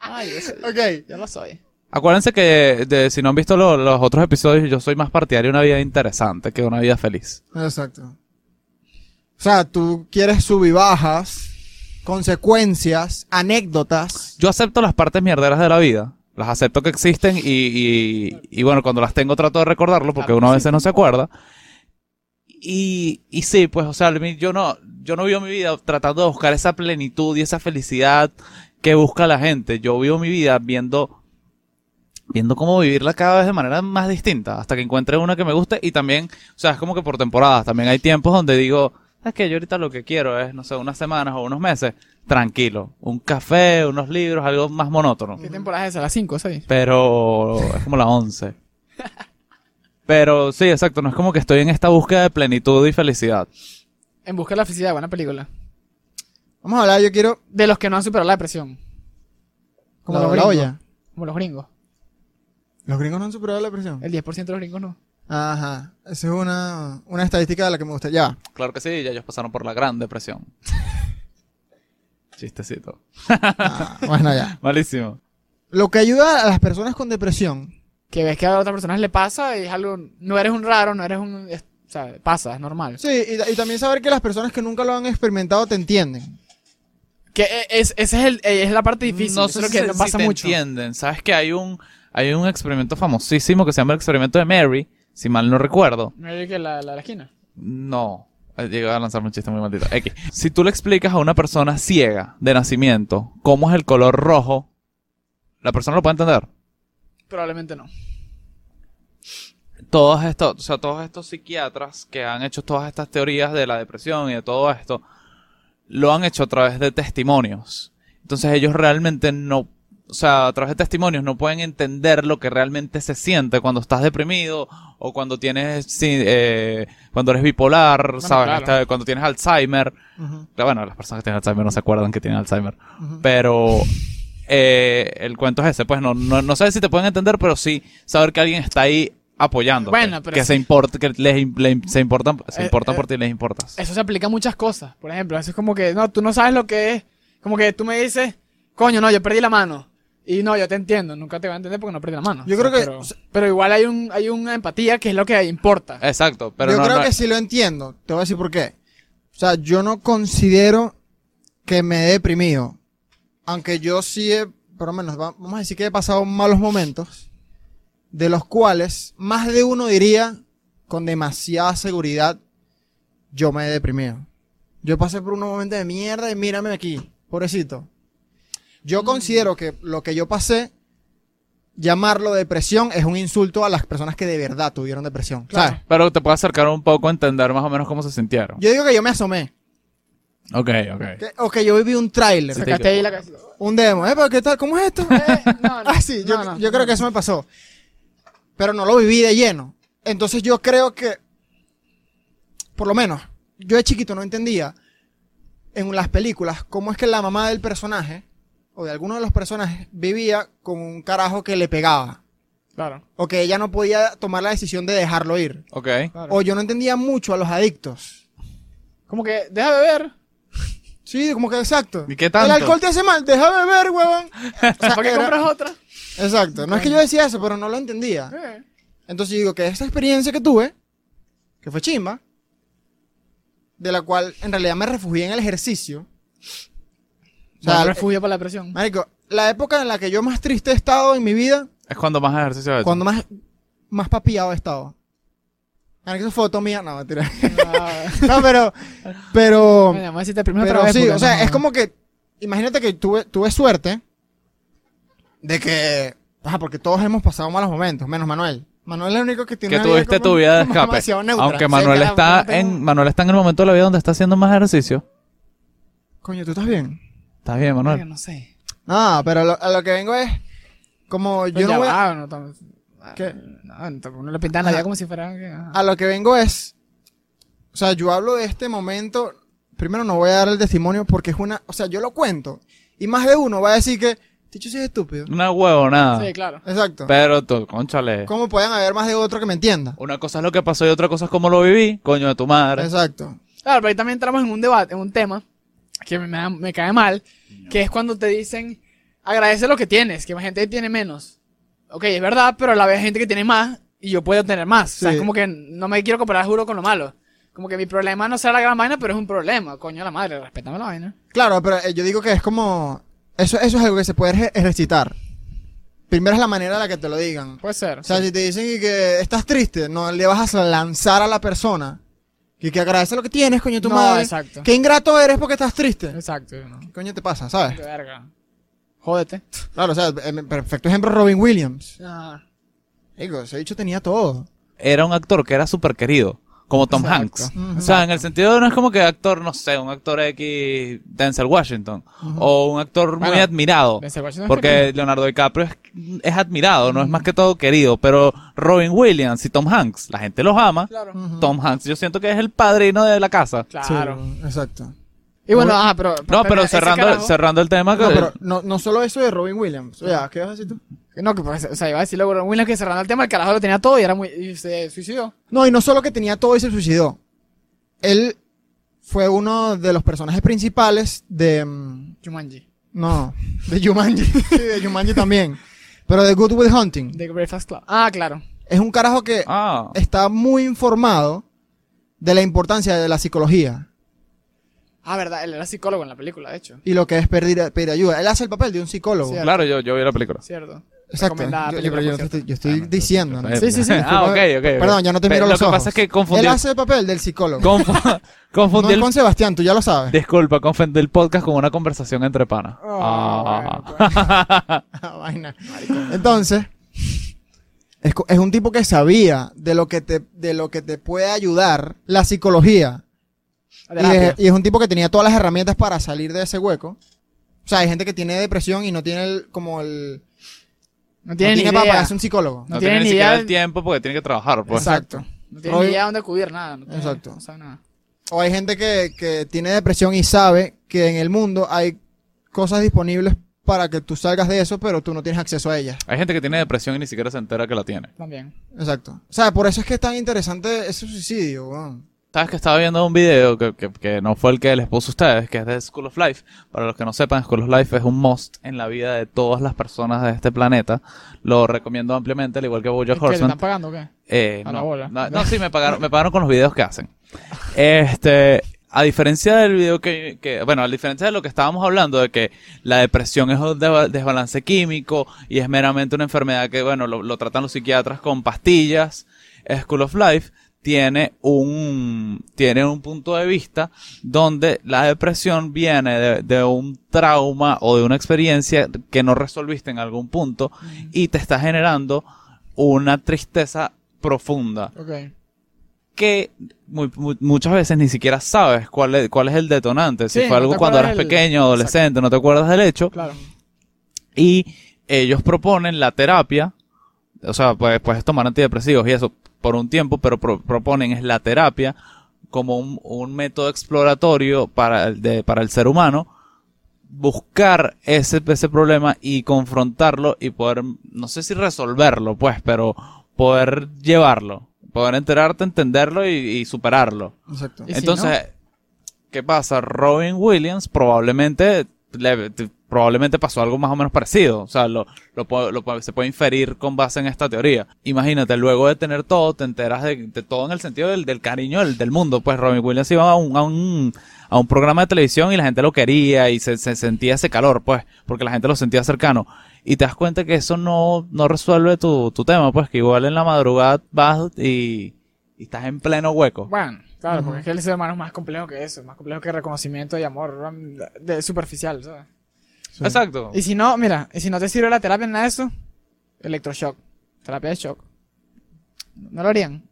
S1: Ay, eso-
S2: ok.
S1: yo lo soy.
S3: acuérdense que de- si no han visto lo- los otros episodios yo soy más partidario de una vida interesante que de una vida feliz
S2: Exacto. O sea, tú quieres subibajas, consecuencias, anécdotas.
S3: yo acepto las partes mierderas de la vida. Las acepto que existen y, y- y bueno, cuando las tengo trato de recordarlo porque
S1: Claro que
S3: uno a
S1: sí.
S3: veces no se acuerda. Y, y sí, pues, o sea, a mí- yo no, yo no vivo mi vida tratando de buscar esa plenitud y esa felicidad que busca la gente. Yo vivo mi vida viendo, viendo cómo vivirla cada vez de manera más distinta, hasta que encuentre una que me guste y también, o sea, es como que por temporadas. También hay tiempos donde digo, sabes que yo ahorita lo que quiero es, no sé, unas semanas o unos meses, tranquilo. Un café, unos libros, algo más monótono.
S1: ¿Qué temporada es esa? ¿Las 5 o 6?
S3: Pero es como la 11. Pero sí, exacto, no es como que estoy en esta búsqueda de plenitud y felicidad.
S1: En busca de la felicidad, buena película.
S2: Vamos a hablar, yo quiero.
S1: De los que no han superado la depresión.
S2: Como
S1: La-
S2: la,
S1: la
S2: la
S1: olla.
S2: olla.
S1: Como los gringos.
S2: Los gringos no han superado la presión.
S1: El 10% de los gringos no.
S2: Ajá. Esa es una, una estadística de la que me gusta. Ya.
S3: Claro que sí, ya ellos pasaron por la gran depresión. Chistecito.
S2: Ah, bueno, ya.
S3: Malísimo.
S2: Lo que ayuda a las personas con depresión.
S1: Que ves que a otras personas le pasa y es algo. No eres un raro, no eres un. es- o sea, pasa, es normal.
S2: Sí, y, y también saber que las personas que nunca lo han experimentado te entienden.
S1: Que e- es, ese es, el, eh, es la parte difícil.
S3: No
S1: eso
S3: sé
S1: es lo
S3: si,
S1: que no
S3: si
S1: pasa
S3: te
S1: mucho.
S3: entienden. Sabes que hay un, hay un experimento famosísimo que se llama el experimento de Mary, si mal no recuerdo.
S1: No es que la, la, la esquina.
S3: No. Llegaba a lanzarme un chiste muy maldito. X. Si tú le explicas a una persona ciega de nacimiento cómo es el color rojo, la persona lo puede entender.
S1: Probablemente no.
S3: Todos estos, o sea, todos estos psiquiatras que han hecho todas estas teorías de la depresión y de todo esto, lo han hecho a través de testimonios. Entonces ellos realmente no, o sea, a través de testimonios no pueden entender lo que realmente se siente cuando estás deprimido o cuando tienes, sí, eh, cuando eres bipolar, ¿sabes?
S1: claro.
S3: Hasta cuando tienes Alzheimer.
S2: Ujú,
S3: Pero Bueno, las personas que tienen Alzheimer no se acuerdan que tienen Alzheimer.
S2: ujú.
S3: Pero eh, el cuento es ese. Pues no, no, no sé si te pueden entender, pero sí saber que alguien está ahí apoyando.
S1: Bueno, pero
S3: que se
S1: sí.
S3: importa, que les, im- le im- se importan, se
S1: Eh,
S3: importan
S1: eh,
S3: por ti y les importas.
S1: Eso se aplica a muchas cosas. Por ejemplo, eso es como que, no, tú no sabes lo que es. Como que tú me dices, coño, no, yo perdí la mano. Y no, yo te entiendo, nunca te voy a entender porque no perdí la mano.
S2: Yo creo que-
S1: Pero, pero igual hay un hay una empatía que es lo que importa.
S3: Exacto, pero
S2: yo
S3: no,
S2: creo
S3: no-
S2: que sí lo entiendo. Te voy a decir por qué. O sea, yo no considero que me he deprimido. Aunque yo sí he, por lo menos, va- vamos a decir que he pasado malos momentos, de los cuales más de uno diría con demasiada seguridad, yo me he deprimido. Yo pasé por unos momentos de mierda y mírame aquí, pobrecito. Yo considero que lo que yo pasé, llamarlo depresión, es un insulto a las personas que de verdad tuvieron depresión.
S1: Claro.
S2: ¿Sabes?
S3: pero te puede acercar un poco a entender más o menos cómo se sintieron.
S2: Yo digo que yo me asomé.
S3: Ok, ok.
S2: Que- ok, yo vi un tráiler,
S3: Sí.
S1: Sacaste ahí la cabeza.
S2: un demo. ¿Eh? pero ¿Qué tal? ¿Cómo es esto?
S1: Eh, no, no,
S2: ah, sí, yo,
S1: no, no.
S2: yo creo que eso me pasó. Pero no lo viví de lleno. Entonces yo creo que, por lo menos, yo de chiquito no entendía en las películas cómo es que la mamá del personaje, o de alguno de los personajes, vivía con un carajo que le pegaba.
S1: Claro,
S2: O que ella no podía tomar la decisión de dejarlo ir.
S3: Ok.
S1: claro.
S2: O yo no entendía mucho a los adictos.
S1: Como que, deja beber.
S2: Sí, como que exacto.
S3: ¿Y qué tanto?
S2: El alcohol te hace mal, deja de beber, huevón. O sea,
S1: ¿Para qué
S2: era-
S1: compras otra?
S2: Exacto. No es que yo decía eso, pero no lo entendía.
S1: Eh,
S2: Entonces yo digo que esa experiencia que tuve, que fue chimba, de la cual en realidad me refugié en el ejercicio. O sea,
S1: buen
S2: el-
S1: refugio para la depresión.
S2: marico, la época en la que yo más triste he estado en mi vida,
S3: Es cuando más ejercicio he hecho.
S2: cuando más, más papiado he estado. Marico, eso foto mía, no, mentira.
S1: Ah,
S2: No, pero, pero...
S1: Mira, vamos a decirte primero
S2: Pero
S1: otra vez
S2: sí,
S1: porque
S2: o sea,
S1: no-
S2: es como que, imagínate que tuve, tuve suerte de que, ajá, porque todos hemos pasado malos momentos, menos Manuel. Manuel es el único que tiene
S3: que
S2: una vida
S3: tuviste
S2: como-
S3: tu vida de
S2: como
S3: escape.
S2: demasiado neutra.
S3: Aunque
S2: Sí,
S3: Manuel
S2: carajo,
S3: está
S2: no tengo-
S3: en Manuel está en el momento de la vida donde está haciendo más ejercicio.
S2: Coño, ¿tú estás bien?
S3: ¿Estás bien,
S1: Verga,
S3: Manuel?
S1: No sé.
S2: No, pero lo- a lo que vengo es, como
S1: Pues
S2: yo
S1: ya
S2: no voy a,
S1: va, no, tam-
S2: ¿Qué?
S1: No, no, tampoco, no le pintan la vida como si fuera... que- ajá.
S2: a lo que vengo es, o sea, yo hablo de este momento, primero no voy a dar el testimonio porque es una, o sea, yo lo cuento, y más de uno va a decir que, dicho sí es estúpido.
S3: Una
S2: Ah.
S3: huevonada.
S1: Sí, claro.
S2: Exacto.
S3: Pero tú, conchale.
S2: ¿Cómo pueden haber más de otro que me entienda?
S3: Una cosa es lo que pasó y otra cosa es cómo lo viví, coño de tu madre.
S2: Exacto.
S1: Claro, pero ahí también entramos en un debate, en un tema que me, me, da- me cae mal, que es cuando te dicen agradece lo que tienes, que hay gente que tiene menos. Ok, es verdad, pero a la vez hay gente que tiene más y yo puedo tener más. O sea,
S2: Sí.
S1: es como que no me quiero comparar, juro, con lo malo. Como que mi problema no será la gran vaina, pero es un problema. Coño, la madre, respétame la vaina.
S2: Claro, pero eh, yo digo que es como. Eso, eso es algo que se puede ejer- ejercitar. Primero es la manera en la que te lo digan.
S1: Puede ser.
S2: O sea, si te dicen y que estás triste, no le vas a lanzar a la persona Que, que agradece lo que tienes, coño, tu
S1: No,
S2: madre.
S1: exacto.
S2: Qué ingrato eres porque estás triste.
S1: Exacto, ¿no?
S2: ¿Qué coño te pasa, sabes?
S1: Qué verga. Jódete.
S2: Claro, o sea, em, perfecto ejemplo Robin Williams.
S1: Ah,
S2: Digo, ese dicho tenía todo.
S3: Era un actor que era súper querido, como Tom
S1: Exacto.
S3: Hanks.
S2: Ujú.
S3: O sea, en el sentido no es como que actor, no sé, un actor X Denzel Washington o un actor muy
S1: Bueno,
S3: admirado.
S1: Denzel Washington es
S3: Porque
S1: pequeño.
S3: Leonardo DiCaprio es, es admirado, no es más que todo querido. Pero Robin Williams y Tom Hanks, la gente los ama.
S1: claro.
S2: Ujú.
S3: Tom Hanks, yo siento que es el padrino de la casa.
S2: Sí,
S1: Claro.
S2: exacto.
S1: Y bueno, ah, pero.
S3: No, pero
S1: ese
S3: cerrando,
S1: carajo-
S3: cerrando el
S1: Ah,
S3: tema,
S2: No,
S3: que-
S2: pero no, no solo eso de Robin Williams. O sea, ¿qué vas a decir tú?
S1: No, que pues, o sea, iba a decirlo, bueno, Williams que cerrando el tema, el carajo lo tenía todo y era muy. y se suicidó.
S2: No, y no solo que tenía todo y se suicidó. Él fue uno de los personajes principales de. mm,
S1: Jumanji.
S2: No, de Jumanji. Sí, de Jumanji también. Pero de Good Will Hunting.
S1: The Breakfast Club. Ah, claro.
S2: Es un carajo que
S3: Ah,
S2: está muy informado de la importancia de la psicología
S1: Ah, verdad, él era psicólogo en la película, de hecho.
S2: y lo que es pedir, pedir ayuda. Él hace el papel de un psicólogo.
S1: Sí,
S3: claro, yo, yo vi la película.
S1: Cierto.
S2: Exacto. Yo,
S1: Recomendada
S2: yo-
S1: película,
S2: pero yo
S1: por
S2: no
S1: cierto.
S2: estoy, yo estoy diciendo. ¿no?
S1: Sí, sí, sí,
S3: Ah, ok, ok.
S2: Perdón, yo no te
S3: Pero
S2: miro
S3: Lo
S2: los
S3: que
S2: ojos.
S3: pasa es que confundí,
S2: Él
S3: el-
S2: hace el papel del psicólogo.
S3: confu-
S2: no
S3: confundí
S2: es
S3: el-
S2: con Sebastián, tú ya lo sabes.
S3: Disculpa, confundí el podcast con una conversación entre panas.
S1: Ah,
S3: Ah.
S2: Ah, vaina. Entonces, es, co- es un tipo que sabía de lo que te, de lo que te puede ayudar la psicología. Y
S1: Terapia.
S2: es, y es un tipo que tenía todas las herramientas para salir de ese hueco. O sea, hay gente que tiene depresión y no tiene el- como el...
S1: No
S2: no
S1: tiene ni
S2: tiene
S1: idea.
S2: para pagarse un psicólogo.
S1: No
S3: No, tiene
S1: tienen
S3: ni
S1: idea
S3: siquiera
S1: del-
S3: el tiempo porque tiene que trabajar, pues.
S2: Exacto.
S1: No tiene ni idea dónde acudir, nada. No tiene-
S2: Exacto.
S1: No sabe nada.
S2: O hay gente que, que tiene depresión y sabe que en el mundo hay cosas disponibles para que tú salgas de eso, pero tú no tienes acceso a ellas.
S3: Hay gente que tiene depresión y ni siquiera se entera que la tiene.
S1: También.
S2: Exacto. O sea, por eso es que es tan interesante ese suicidio, weón.
S3: Sabes que estaba viendo un video que, que- que no fue el que les puse a ustedes, que es de School of Life. Para los que no sepan, School of Life es un must en la vida de todas las personas de este planeta. Lo recomiendo ampliamente, al igual que
S1: ¿Es
S3: Bojack
S1: que le
S3: Horseman.
S1: están pagando o qué?
S3: Eh,
S1: A
S3: no,
S1: la bola.
S3: No, no, sí, me pagaron, me pagaron con los videos que hacen. Este, a diferencia del video que, que- bueno, a diferencia de lo que estábamos hablando, de que la depresión es un deba- desbalance químico y es meramente una enfermedad que, bueno, lo, lo tratan los psiquiatras con pastillas, School of Life tiene un, tiene un punto de vista donde la depresión viene de, de un trauma o de una experiencia que no resolviste en algún punto y te está generando una tristeza profunda
S1: Ok.
S3: que muy- mu- muchas veces ni siquiera sabes cuál es, cuál es el detonante. Si
S1: Sí,
S3: fue
S1: no
S3: algo
S1: te
S3: cuando eras
S1: acuerdas del-
S3: pequeño, adolescente, no te acuerdas del hecho.
S1: Claro.
S3: Y ellos proponen la terapia, o sea, pues, puedes tomar antidepresivos y eso por un tiempo, pero pro- proponen es la terapia como un, un método exploratorio para el, de- para el ser humano, buscar ese, ese problema y confrontarlo y poder, no sé si resolverlo, pues, pero poder llevarlo, poder enterarte, entenderlo y, y superarlo.
S2: Exacto.
S1: Y si
S3: Entonces, ¿qué pasa? Robin Williams probablemente le- t- probablemente pasó algo más o menos parecido. O sea, lo, lo po- lo po- se puede inferir con base en esta teoría. Imagínate, luego de tener todo, te enteras de, de todo en el sentido del, del cariño del, del mundo. Pues Robin Williams iba a un, a, un, a un programa de televisión y la gente lo quería y se, se sentía ese calor, pues, porque la gente lo sentía cercano. Y te das cuenta que eso no, no resuelve tu, tu tema, pues, que igual en la madrugada vas y, y estás en pleno hueco.
S1: Bueno, claro, porque
S2: Ujú.
S1: es que el ser humano es más complejo que eso, es más complejo que reconocimiento y amor um, de superficial, ¿sabes?
S2: Sí.
S3: Exacto.
S1: Y si no, mira, y si no te sirve la terapia en nada de eso, electroshock, terapia de shock. ¿No lo harían?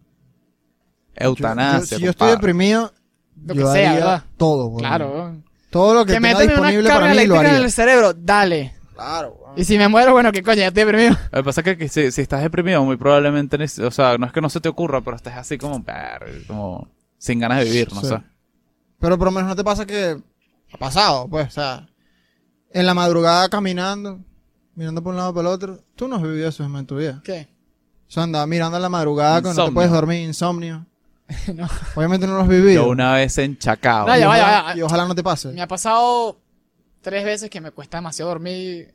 S2: Yo-
S3: Eutanasia.
S2: yo- si yo estoy
S3: compadre.
S2: deprimido,
S1: Lo
S2: yo
S1: que sea,
S2: haría
S1: ¿verdad?
S2: todo, weón.
S1: Claro. weón.
S2: Todo lo que
S1: Que
S2: tenga
S1: méteme una
S2: disponible
S1: carga
S2: para mí lo
S1: eléctrica en
S2: haría.
S1: el cerebro, dale.
S2: Claro, weón.
S1: Y si me muero, bueno, qué coño, ya estoy deprimido.
S3: Lo que pasa es que, que si, si estás deprimido, muy probablemente, ni- o sea, no es que no se te ocurra, pero estás así como, "Ver", como sin ganas de vivir, no
S2: Sí.
S3: sé.
S2: Pero por lo menos no te pasa que ha pasado, pues, o sea, en la madrugada caminando, mirando por un lado para el otro. Tú no has vivido eso en tu vida.
S1: ¿Qué?
S2: O sea, andaba mirando en la madrugada cuando no te
S3: Insomnio.
S2: puedes dormir, insomnio.
S1: No.
S2: Obviamente no lo has vivido.
S3: Yo una vez en Chacao.
S2: Y
S1: Vaya, vaya,
S2: ojalá-
S1: vaya.
S2: Y ojalá no te pase.
S1: Me ha pasado tres veces que me cuesta demasiado dormir.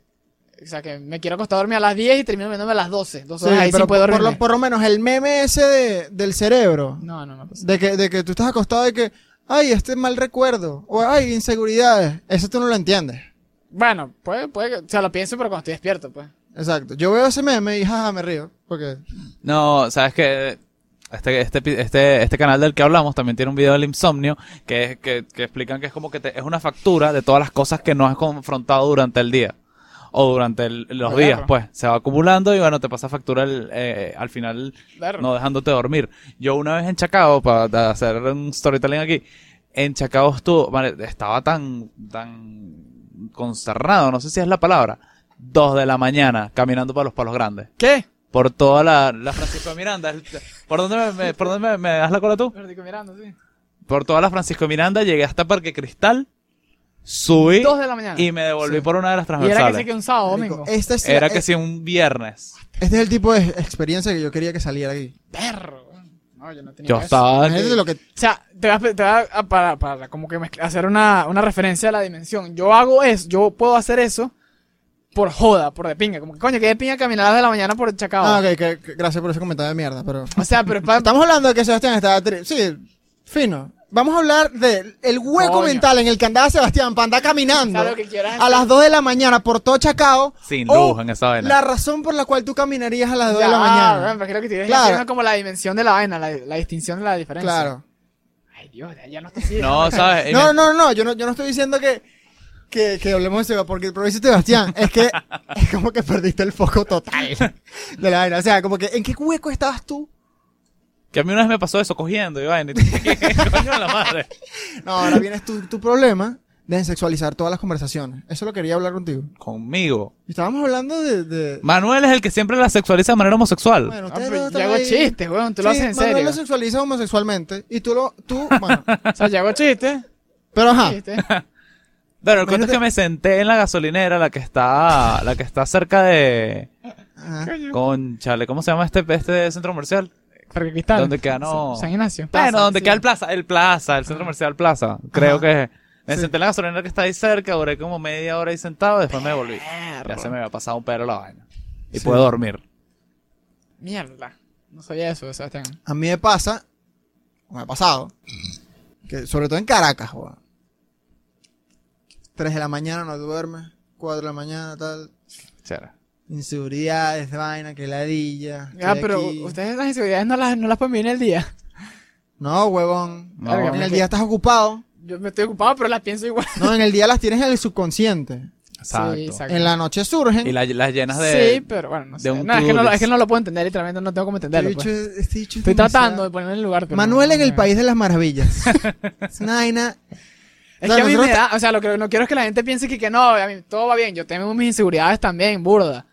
S1: O sea, que me quiero acostar a dormir a las 10 y termino durmiéndome a las 12. Dos
S2: Sí,
S1: horas ahí sí
S2: pero
S1: puedo
S2: por,
S1: dormir.
S2: lo, por lo menos el meme ese de- del cerebro,
S1: No, no me ha pasado.
S2: de que, de que tú estás acostado y que, ay, este mal recuerdo, o ay, inseguridades, eso tú no lo entiendes.
S1: Bueno, puede, puede que. O sea, lo pienso, pero cuando estoy despierto, pues.
S2: Exacto. Yo veo ese meme y jaja, me río. Porque.
S3: No, sabes que Este, este, epi- este, este canal del que hablamos también tiene un video del insomnio que, es- que, que explican que es como que te- es una factura de todas las cosas que no has confrontado durante el día o durante el- los
S1: Claro.
S3: días, pues se va acumulando y bueno, te pasa factura el, eh, al final
S1: Claro.
S3: no dejándote dormir. Yo una vez en Chacao, para hacer un storytelling aquí, en Chacao estuvo, vale, estaba tan, tan consternado, no sé si es la palabra, dos de la mañana caminando para los palos grandes.
S1: ¿Qué?
S3: Por toda la, la Francisco Miranda. El- ¿Por dónde, me, me- por dónde me- me das la cola tú?
S1: Francisco Miranda, sí.
S3: Por toda la Francisco Miranda, llegué hasta Parque Cristal, subí
S1: Dos de la mañana.
S3: y me devolví por una de las
S1: Y era que e
S3: transversales.
S1: sí que un sábado
S2: Marico,
S1: domingo.
S2: Esta es la-
S3: Era que
S2: es-
S3: sí, un viernes.
S2: Este es el tipo de experiencia que yo quería que saliera aquí.
S1: Perro. No, yo no tenía
S3: Yo
S1: eso.
S3: estaba...
S2: Imagínate lo que...
S1: O sea, te vas, te vas a, para, para como que mezcla- hacer una, una referencia a la dimensión. Yo hago eso, yo puedo hacer eso por joda, por de pinga. Como que coño, que de pinga caminar a las de la mañana por el chacao.
S2: Ah, ok, que- que- gracias por ese comentario de mierda, pero...
S1: O sea, pero es para.
S2: Estamos hablando de que Sebastián estaba... tri- Sí, fino. Vamos a hablar del el hueco
S1: Coño.
S2: mental en el que andaba Sebastián para andar caminando
S1: Sabe lo que quieras.
S2: a las 2 de la mañana por todo Chacao.
S3: Sin
S2: o
S3: luz en
S1: Oh,
S3: esa vaina.
S2: La razón por la cual tú caminarías a las 2
S1: Ya,
S2: de la
S1: bueno,
S2: mañana.
S1: pero creo que estoy
S2: Claro.
S1: haciendo como la dimensión de la vaina, la, la distinción de la diferencia.
S2: Claro.
S1: Ay, Dios, ya no estoy así.
S3: No, ¿sabes? Y
S2: No,
S3: me-
S2: no, no, yo no, yo no estoy diciendo que, que, que hablemos de Sebastián, porque el problema es Sebastián, es que es como que perdiste el foco total de la vaina. O sea, como que, ¿en qué hueco estabas tú?
S3: Que a mí una vez me pasó eso cogiendo, y vaina, y tú, coño de la madre.
S2: No, ahora vienes tu, tu problema de sexualizar todas las conversaciones. Eso lo quería hablar contigo.
S3: Conmigo.
S2: Estábamos hablando de... de-
S3: Manuel es el que siempre la sexualiza de manera homosexual.
S1: Ah,
S2: Bueno, ustedes
S1: pero
S2: dos
S1: yo
S2: están
S1: hago
S2: ahí.
S1: chistes, weón, tú lo
S2: Sí,
S1: haces en
S2: Manuel
S1: serio.
S2: lo sexualiza homosexualmente y tú lo... Tú, bueno,
S1: O sea, yo hago chistes.
S2: pero ajá.
S1: chistes.
S3: Pero el cuento es que me senté en la gasolinera, la que está, la que está cerca de,
S2: ajá.
S3: conchale, ¿cómo se llama este, este centro comercial?
S1: Porque Cristal.
S3: ¿Dónde queda? No.
S1: San- San Ignacio.
S3: Bueno, donde
S1: sí.
S3: queda el plaza, el plaza, el centro comercial plaza, creo que es. Me
S2: Sí.
S3: senté en la gasolinera que está ahí cerca, duré como media hora ahí sentado, después me volví. Ya
S1: Perro.
S3: se me había pasado un perro la vaina. Y
S2: Sí.
S3: pude dormir.
S1: Mierda. No sabía eso, Sebastián.
S2: A mí me pasa, o me ha pasado, que sobre todo en Caracas, joder. 3 de la mañana no duermes, 4 de la mañana tal,
S3: Chévere.
S2: inseguridades, vaina, que ladilla.
S1: Ah,
S2: estoy
S1: pero
S2: aquí.
S1: ustedes las inseguridades no las, no las pueden vivir en el día.
S2: No, huevón.
S3: No.
S1: Verga,
S2: En
S1: me
S2: el
S1: que-
S2: día estás ocupado.
S1: Yo me estoy ocupado, pero las pienso igual.
S2: No, en el día las tienes en el subconsciente.
S3: Exacto.
S1: Sí, exacto.
S2: En la noche surgen.
S3: Y la- las llenas
S1: sí,
S3: de...
S1: pero bueno, no sé.
S3: de un
S1: No, es, que no, lo-
S3: turis.
S1: es que no lo puedo entender, literalmente no tengo como entenderlo.
S2: Este bicho
S1: pues.
S2: es- este bicho es
S1: Estoy tratando
S2: demasiado-
S1: de ponerme en el lugar. pero
S2: Manuel
S1: no,
S2: en el
S1: no.
S2: país de las maravillas. Es una vaina-
S1: Es
S2: O sea,
S1: que a mí me
S2: nosotros
S1: da, o sea, lo que no quiero es que la gente piense que, que no, a mí todo va bien. Yo tengo mis inseguridades también, burda.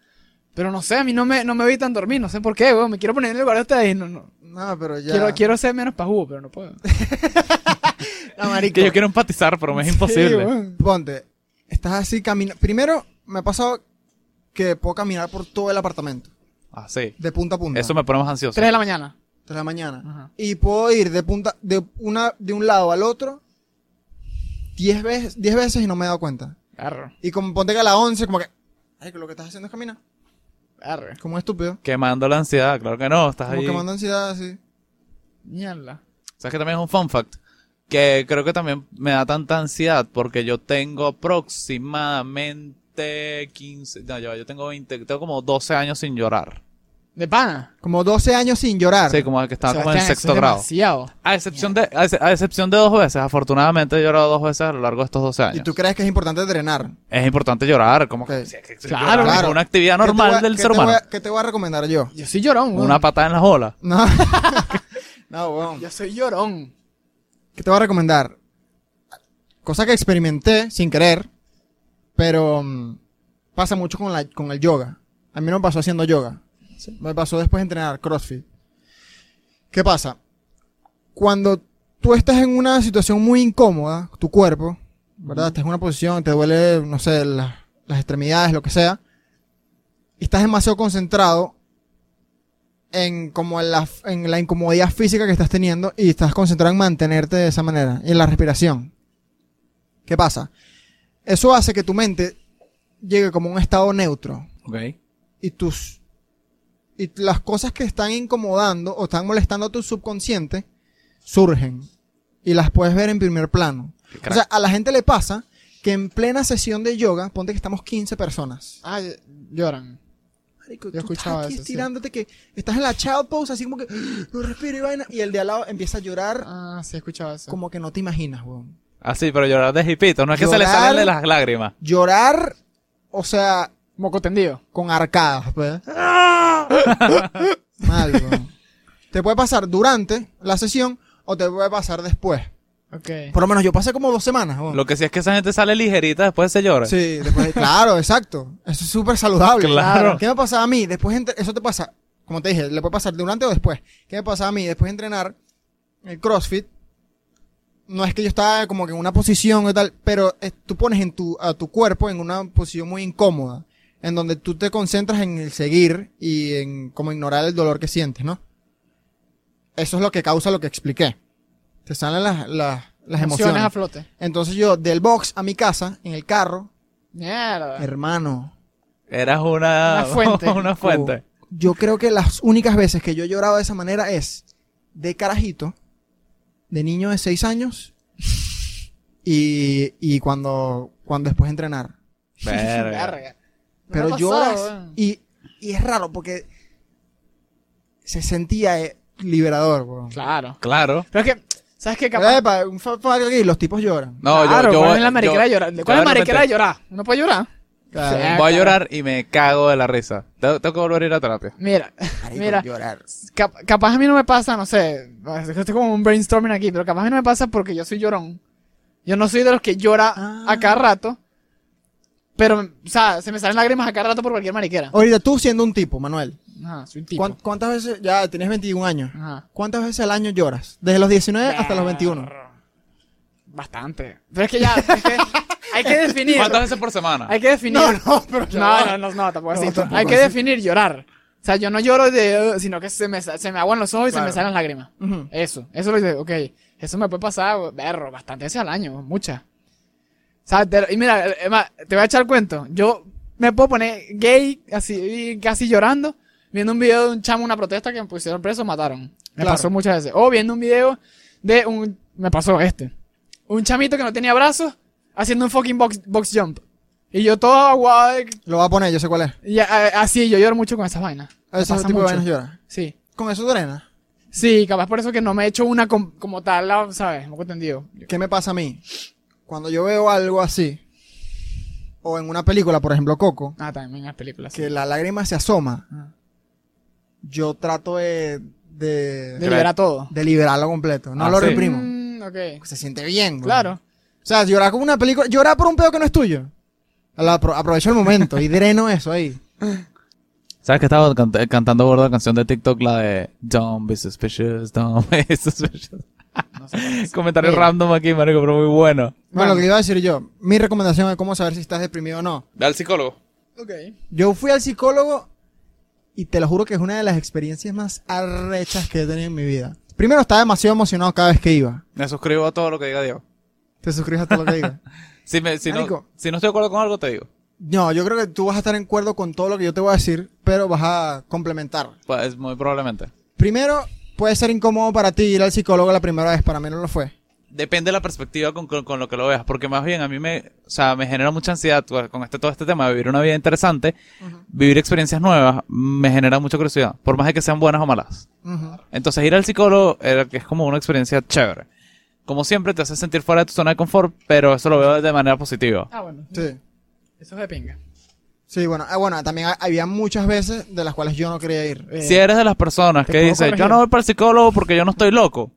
S1: Pero no sé, a mí no me, no me evitan dormir, no sé por qué, weón. Me quiero poner en el lugar de ustedes. y No, no.
S2: No, pero ya.
S1: Quiero, quiero ser menos pajú, pero no puedo.
S2: No, marico.
S3: Que yo quiero empatizar, pero me es imposible.
S1: Sí, weón.
S2: Ponte, estás así caminando. Primero, me ha pasado que puedo caminar por todo el apartamento,
S3: Ah, sí.
S2: de punta a punta.
S3: Eso me pone más ansioso.
S1: Tres de la mañana.
S2: de la mañana.
S1: Ajá.
S2: Y puedo ir de punta, de una, de un lado al otro, 10 veces, diez veces y no me he dado cuenta.
S1: Arro,
S2: Y como ponte que a la 11, como que, ay, que lo que estás haciendo es caminar.
S1: arre.
S2: Como un estúpido.
S3: Quemando la ansiedad, claro que no. Estás
S2: Como
S3: ahí.
S2: que mando ansiedad así.
S1: Mierda.
S3: ¿Sabes que también es un fun fact? Que creo que también me da tanta ansiedad porque yo tengo aproximadamente 15. No, yo, yo tengo 20. Tengo como 12 años sin llorar.
S1: De pana.
S2: Como 12 años sin llorar.
S3: Sí, como que estaba como en
S1: Sebastián, eso
S3: sexto
S1: es
S3: grado.
S1: demasiado.
S3: A excepción, de, a, ex- a excepción de dos veces. Afortunadamente he llorado dos veces a lo largo de estos 12
S2: y
S3: años.
S2: tú crees que es importante drenar.
S3: Es importante llorar. Como
S2: Ok.
S3: que, si- que- que-
S1: Claro,
S3: llorar es
S2: claro.
S3: una actividad
S2: ¿Qué te
S3: normal
S2: voy a-
S3: del
S2: qué
S3: ser
S2: te voy a-
S3: humano.
S2: ¿Qué te voy a recomendar yo?
S1: Yo soy llorón, weón.
S3: Una patada en las bolas.
S2: No. no, weón.
S1: Yo soy llorón.
S2: ¿Qué te voy a recomendar? Cosa que experimenté sin querer, pero mm, pasa mucho con, la, con el yoga. A mí no me pasó haciendo yoga. Me pasó después de entrenar CrossFit. ¿Qué pasa? Cuando tú estás en una situación muy incómoda, tu cuerpo, ¿verdad? Estás en una posición, te duele, no sé, la- las extremidades, lo que sea. Y estás demasiado concentrado en como en la, en la incomodidad física que estás teniendo y estás concentrado en mantenerte de esa manera, y en la respiración. ¿Qué pasa? Eso hace que tu mente llegue como a un estado neutro
S3: Ok.
S2: y tus y las cosas que están incomodando o están molestando a tu subconsciente surgen y las puedes ver en primer plano. O sea, a la gente le pasa que en plena sesión de yoga, ponte que estamos 15 personas.
S1: Ah, lloran.
S2: marico,
S1: Yo
S2: tú estás
S1: escuchaba
S2: aquí
S1: eso, sí.
S2: estirándote que estás en la child pose, así como que no respiro y vaina. Y el de al lado empieza a llorar
S1: Ah, sí, he escuchado eso.
S2: como que no te imaginas, weón.
S3: Así, Ah, pero llorar de hipito. No es que se le
S2: Llorar.
S3: salen de las lágrimas.
S2: Llorar, o sea,
S1: Moco tendido.
S2: con arcadas, pues. Mal, weón. Te puede pasar durante la sesión o te puede pasar después.
S1: Ok.
S2: Por lo menos yo pasé como dos semanas, weón.
S3: Lo que sí es que esa gente sale ligerita después se llora.
S2: Sí, después, claro, exacto. Eso es súper saludable.
S3: Claro.
S2: ¿Qué me pasaba a mí? Después entre- eso te pasa, como te dije, le puede pasar durante o después. ¿Qué me pasaba a mí? Después de entrenar el CrossFit, no es que yo estaba como que en una posición o tal, pero eh, tú pones en tu, a tu cuerpo en una posición muy incómoda, en donde tú te concentras en el seguir y en como ignorar el dolor que sientes, ¿no? Eso es lo que causa lo que expliqué. Te salen las, las, las emociones.
S1: a flote.
S2: Entonces yo, del box a mi casa, en el carro,
S1: Mierda.
S2: Hermano.
S3: Eras una,
S1: Una fuente.
S3: una fuente.
S2: Yo creo que las únicas veces que yo he llorado de esa manera es de carajito, de niño de 6 años, y, y cuando, cuando después de entrenar.
S1: Uh.
S3: Verga.
S1: No me
S2: Pero
S1: ha
S2: lloras.
S1: pasado, eh. weón.
S2: Y, y es raro porque se sentía eh, liberador, weón.
S1: Claro.
S3: Claro.
S1: Pero es que, ¿sabes qué? Capaz.
S2: Epa, un fa- fa- aquí, los tipos lloran.
S3: No, yo-
S1: claro,
S3: yo,
S1: ¿cuál
S3: voy-
S1: es la mariquera
S3: yo-
S1: de llorar? ¿Cuál
S3: yo
S1: es la
S3: de repente
S1: mariquera de llorar? ¿Uno puede llorar?
S2: Claro.
S1: Sí.
S3: Voy a llorar y me cago de la risa. Tengo, tengo que volver a ir a terapia.
S1: Mira,
S2: Marico,
S1: mira,
S2: llorar.
S1: cap- capaz a mí no me pasa, no sé, estoy como un brainstorming aquí, pero capaz a mí no me pasa porque yo soy llorón. Yo no soy de los que llora
S2: Ah.
S1: a cada rato, pero, o sea, se me salen lágrimas a cada rato por cualquier mariquera.
S2: Ahorita tú siendo un tipo, Manuel.
S1: Ajá, soy un tipo.
S2: ¿cuán- ¿Cuántas veces? Ya, tienes 21 años.
S1: Ajá.
S2: ¿Cuántas veces al año lloras? Desde los 19 Eh, hasta los 21.
S1: Bastante. Pero es que ya, es que hay que definir.
S3: ¿Cuántas veces por semana?
S1: Hay que definir.
S2: No, no, pero ya
S1: No,
S2: va.
S1: no, no, no, tampoco
S2: No,
S1: así.
S2: tampoco
S1: Hay que
S2: así.
S1: definir llorar. O sea, yo no lloro de, "Ugh", sino que se me, sa- se me aguan los ojos y se
S2: Claro.
S1: me salen las lágrimas.
S2: Ujú.
S1: Eso, eso es lo que, ok, eso me puede pasar, berro, bastantes veces al año, muchas. O sea, te- y mira, es más, te voy a echar el cuento. Yo me puedo poner gay, así, casi llorando, viendo un video de un chamo, una protesta que me pusieron preso, mataron. Me
S2: Claro.
S1: pasó muchas veces. O viendo un video de un, me pasó este. Un chamito que no tenía brazos, haciendo un fucking box, box jump. Y yo todo aguado, de-
S2: Lo va a poner, yo sé cuál es.
S1: y, a- a- así, yo lloro mucho con esas vainas.
S2: A
S1: Me
S2: Ah, ese
S1: pasa
S2: tipo de
S1: mucho.
S2: vainas llora.
S1: Sí.
S2: Con eso drena.
S1: Sí, capaz por eso que no me he hecho una com- como tal, la- ¿sabes? Me he entendido.
S2: ¿Qué me pasa a mí? Cuando yo veo algo así, o en una película, por ejemplo Coco,
S1: Ah, también en las películas. sí.
S2: que la lágrima se asoma,
S1: Ah.
S2: yo trato de, de,
S1: De liberar todo.
S2: de liberarlo completo. No
S3: Ah,
S2: lo
S3: sí.
S2: reprimo.
S1: Mm, ok.
S2: Se siente bien. güey.
S1: Claro.
S2: O sea, llorar con una película, llorar por un pedo que no es tuyo. La apro- aprovecho el momento y dreno eso ahí.
S3: ¿Sabes que estaba cant- eh, cantando gordo la canción de TikTok, la de Don't be suspicious, don't be suspicious?
S1: No sé cuál es.
S3: Comentario
S2: Mira.
S3: random aquí, marico, pero muy bueno.
S2: Bueno,
S1: Bueno.
S2: lo que iba a decir yo, mi recomendación es cómo saber si estás deprimido o no.
S3: Ve al psicólogo.
S1: ok.
S2: Yo fui al psicólogo y te lo juro que es una de las experiencias más arrechas que he tenido en mi vida. Primero, estaba demasiado emocionado cada vez que iba.
S3: Me suscribo a todo lo que diga Diego.
S2: Te suscribes a todo lo que diga.
S3: Si, me- si, no,
S2: Marico.
S3: si no estoy de acuerdo con algo, te digo.
S2: No, yo creo que tú vas a estar en acuerdo con todo lo que yo te voy a decir, pero vas a complementar.
S3: Pues muy probablemente.
S2: Primero, puede ser incómodo para ti ir al psicólogo la primera vez, para mí no lo fue.
S3: Depende de la perspectiva con, con, con lo que lo veas, porque más bien a mí me, o sea, me genera mucha ansiedad pues, con este, todo este tema de vivir una vida interesante, vivir experiencias nuevas, me genera mucha curiosidad, por más de que sean buenas o malas.
S2: Ujú.
S3: Entonces ir al psicólogo era que es como una experiencia chévere. Como siempre te hace sentir fuera de tu zona de confort, pero eso lo veo de manera positiva.
S1: Ah, bueno.
S2: Sí.
S1: Eso es de pinga.
S2: Sí, bueno, ah, bueno, también ha- había muchas veces de las cuales yo no quería ir.
S1: Eh,
S3: Si eres de las personas
S1: ¿te
S3: que
S1: puedo
S3: dice,
S1: corregir? Ah,
S3: yo no voy para el psicólogo porque yo no estoy loco,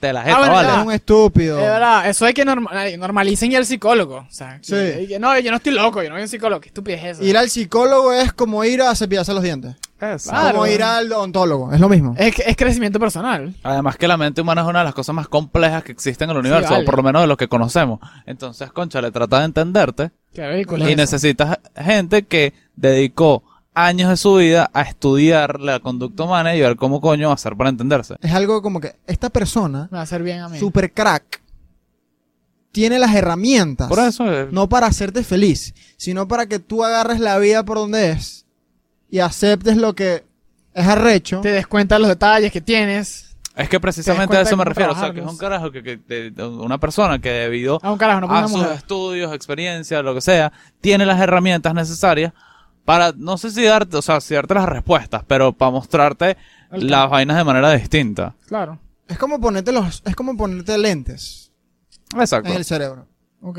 S3: te la jeta,
S1: bueno,
S3: vale.
S1: ya.
S2: Eres un estúpido.
S1: de verdad, eso hay que norma- normalicen ir al psicólogo. O sea,
S2: Sí.
S1: que- que no, yo no estoy loco, yo no soy un psicólogo. Qué estupidez es eso.
S2: Ir al psicólogo es como ir a cepillarse los dientes.
S3: Eso.
S1: Claro.
S2: Como ir al odontólogo, es lo mismo.
S1: es, que- es crecimiento personal.
S3: Además que la mente humana es una de las cosas más complejas que existen en el
S1: Sí,
S3: universo,
S1: vale.
S3: o por lo menos de lo que conocemos. Entonces, concha, le trata de entenderte
S1: Qué ridículo.
S3: y
S1: es eso.
S3: necesitas gente que dedicó años de su vida a estudiar la conducta humana y ver cómo coño hacer para entenderse.
S2: Es algo como que esta persona,
S1: Me va a hacer bien a mí.
S2: super crack, tiene las herramientas.
S3: Por eso, eh,
S2: No para hacerte feliz, sino para que tú agarres la vida por donde es y aceptes lo que es arrecho.
S1: Te des cuenta de los detalles que tienes.
S3: es que precisamente
S1: cuenta
S3: a eso me
S1: cómo
S3: refiero. O sea, que es
S1: trabajarlos.
S3: un carajo que, que- de- de una persona que debido
S1: A Ah, un carajo, no puedo
S3: a
S1: una
S3: sus
S1: mujer.
S3: estudios, experiencias, lo que sea, tiene las herramientas necesarias para, no sé si darte, o sea, si darte las respuestas, pero para mostrarte
S1: Ok.
S3: las vainas de manera distinta.
S1: Claro.
S2: Es como ponerte los, es como ponerte lentes
S3: Exacto.
S2: en el cerebro.
S1: Ok.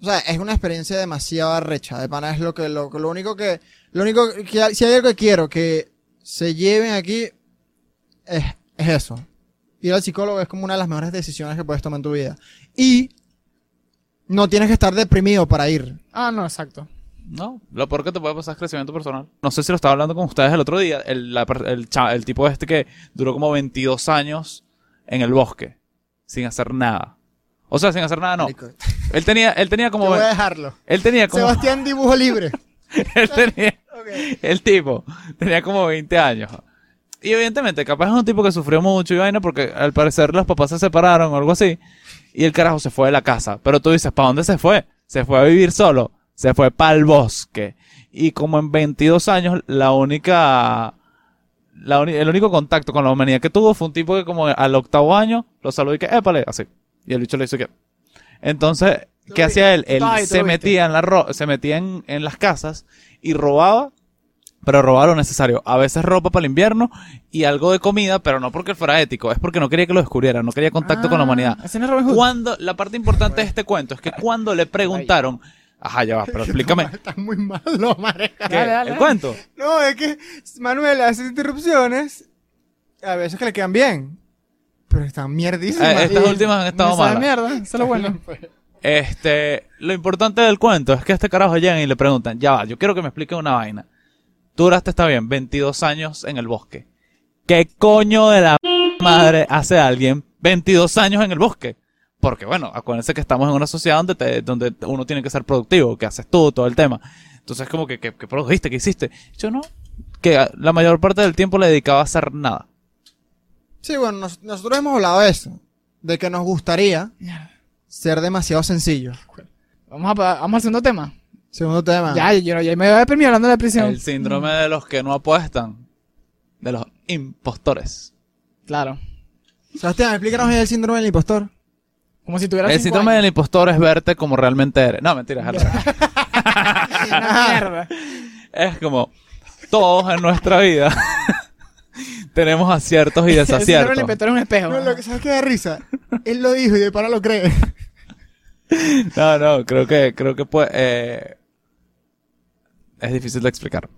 S2: O sea, es una experiencia demasiado arrecha. De pana es lo que, lo, lo único que, lo único que, si hay algo que quiero que se lleven aquí, es, es eso. Ir al psicólogo es como una de las mejores decisiones que puedes tomar en tu vida. Y no tienes que estar deprimido para ir.
S1: Ah, no, exacto.
S3: No, lo peor que te puede pasar es crecimiento personal. No sé si lo estaba hablando con ustedes el otro día, el, la per- el cha- el tipo este que duró como 22 años en el bosque, sin hacer nada. O sea, sin hacer nada no.
S2: Marico,
S3: Él tenía, él tenía
S2: yo
S3: como...
S2: voy a dejarlo.
S3: Él tenía como...
S2: Sebastián dibujo libre.
S3: él tenía-
S2: Ok.
S3: el tipo tenía como 20 años. Y evidentemente, capaz es un tipo que sufrió mucho y vaina porque al parecer los papás se separaron o algo así. Y el carajo se fue de la casa. Pero tú dices, ¿para dónde se fue? Se fue a vivir solo. Se fue para el bosque. Y como en 22 años, la única... la uni- el único contacto con la humanidad que tuvo fue un tipo que como al octavo año lo saludó y que, épale, así. Y el bicho le hizo que... Entonces,
S1: Lo
S3: ¿qué
S1: vi.
S3: hacía él? Él
S1: Estabas ahí, tú
S3: se
S1: lo viste.
S3: metía, en la ro- se metía en- en las casas y robaba pero robaba lo necesario. A veces ropa para el invierno y algo de comida, pero no porque fuera ético, es porque no quería que lo descubrieran, no quería contacto con la
S1: Ah,
S3: humanidad.
S1: ¿Ese no es Robin Hood?
S3: Cuando, la parte importante de este cuento es que cuando le preguntaron, ajá, ya va, pero explícame,
S2: Estás muy malo, mareja.
S3: ¿qué?
S1: Dale, dale, dale.
S3: el cuento.
S2: No, es que Manuel hace interrupciones a veces que le quedan bien, pero están mierdísimas.
S3: Eh,
S2: pues.
S3: estas últimas han estado
S1: Me sabe
S3: malas.
S1: mierda, eso es lo bueno.
S3: Este, lo importante del cuento es que a este carajo llegan y le preguntan, ya va, yo quiero que me explique una vaina. Tú duraste, está bien, 22 años en el bosque. ¿Qué coño de la madre hace alguien 22 años en el bosque? Porque bueno, acuérdense que estamos en una sociedad donde, te- donde uno tiene que ser productivo, que haces tú, todo el tema. Entonces como que, que, que produjiste, que hiciste. Yo no, que ah, la mayor parte del tiempo le dedicaba a hacer nada.
S2: Sí, bueno, nos- nosotros hemos hablado de eso, de que nos gustaría
S1: Mierda.
S2: ser demasiado sencillos.
S1: Vamos, a, pa- vamos al segundo tema.
S2: Segundo tema.
S1: Ya, yo, yo me voy a deprimir hablando de la prisión.
S3: Ah. El síndrome de los que no apuestan, de los impostores.
S1: Claro.
S2: Sebastián, explícanos el síndrome del impostor.
S1: Como si tuviera
S3: El
S1: cinco
S3: síndrome
S1: años.
S3: del impostor es verte como realmente eres. No, mentira, es al revés.
S1: Una mierda.
S3: Es como todos en nuestra vida tenemos aciertos y
S1: El síndrome del
S3: desaciertos.
S1: inspector es un espejo.
S2: No, lo que sabes que da risa. Él lo dijo y de para lo cree.
S3: No, no, creo que, creo que pues, eh, es difícil de explicar.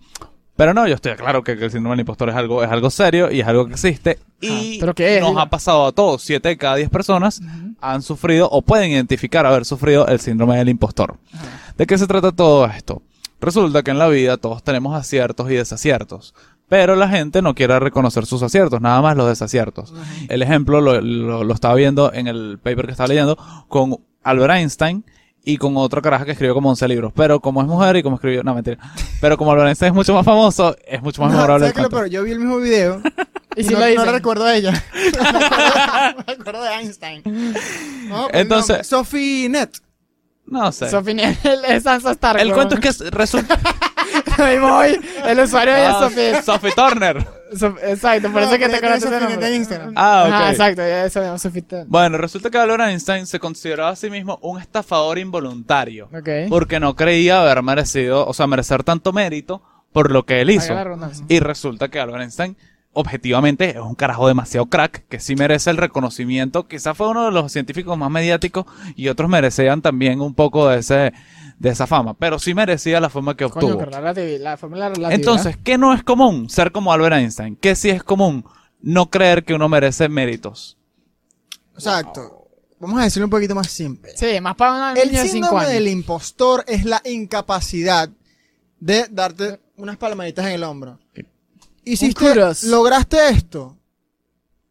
S3: Pero no, yo estoy claro que, que el síndrome del impostor es algo, es algo serio y es algo que existe. Y
S1: Ah, ¿pero qué es?
S3: nos ha pasado a todos. Siete de cada diez personas han sufrido o pueden identificar haber sufrido el síndrome del impostor. ¿De qué se trata todo esto? Resulta que en la vida todos tenemos aciertos y desaciertos, pero la gente no quiere reconocer sus aciertos, nada más los desaciertos. El ejemplo lo, lo- lo estaba viendo en el paper que estaba leyendo con Albert Einstein y con otra caraja que escribió como 11 libros, pero como es mujer y como escribió... No, mentira. Pero como Albert Einstein es mucho más famoso, es mucho más
S2: No,
S3: memorable. el
S2: ¿sabes qué es lo
S3: cuento.
S2: peor? Yo vi el mismo video.
S1: Y si
S2: no,
S1: lo
S2: no
S1: dicen.
S2: la recuerdo a ella. me, acuerdo, me acuerdo de Einstein. No, pues,
S3: Entonces-
S2: no, Sophie Net.
S3: No sé.
S1: Sofía el- es Sansa Stark.
S3: El
S1: huevón.
S3: cuento es que resulta...
S1: Ahí voy. El usuario
S3: Ah.
S1: es Sofía.
S3: Sophie Turner.
S1: Sof- Exacto, por
S2: No,
S1: eso que te
S2: pero
S1: conoces
S2: es
S1: el
S2: Sophie
S1: nombre.
S2: de Instagram.
S3: Ah, ok.
S1: Ajá, exacto, ya eso es Sofía.
S3: Bueno, resulta que Albert Einstein se consideraba a sí mismo un estafador involuntario.
S1: Ok.
S3: Eh. Porque no creía haber merecido, o sea, merecer tanto mérito por lo que él hizo.
S1: Haga la redundancia.
S3: Y resulta que Albert Einstein, objetivamente, es un carajo demasiado crack, que sí merece el reconocimiento. Quizás fue uno de los científicos más mediáticos y otros merecían también un poco de, ese, de esa fama. Pero sí merecía la fama que obtuvo.
S1: Coño, que rara TV, la fórmula relativa.
S3: Entonces, ¿qué no es común? Ser como Albert Einstein. ¿Qué sí es común? No creer que uno merece méritos.
S2: Exacto. Vamos a decirlo un poquito más simple.
S1: Sí, más para una
S2: El
S1: niña de 5
S2: síndrome
S1: años.
S2: del impostor es la incapacidad de darte unas palmaditas en el hombro. Hiciste,
S1: Un kudos.
S2: lograste esto.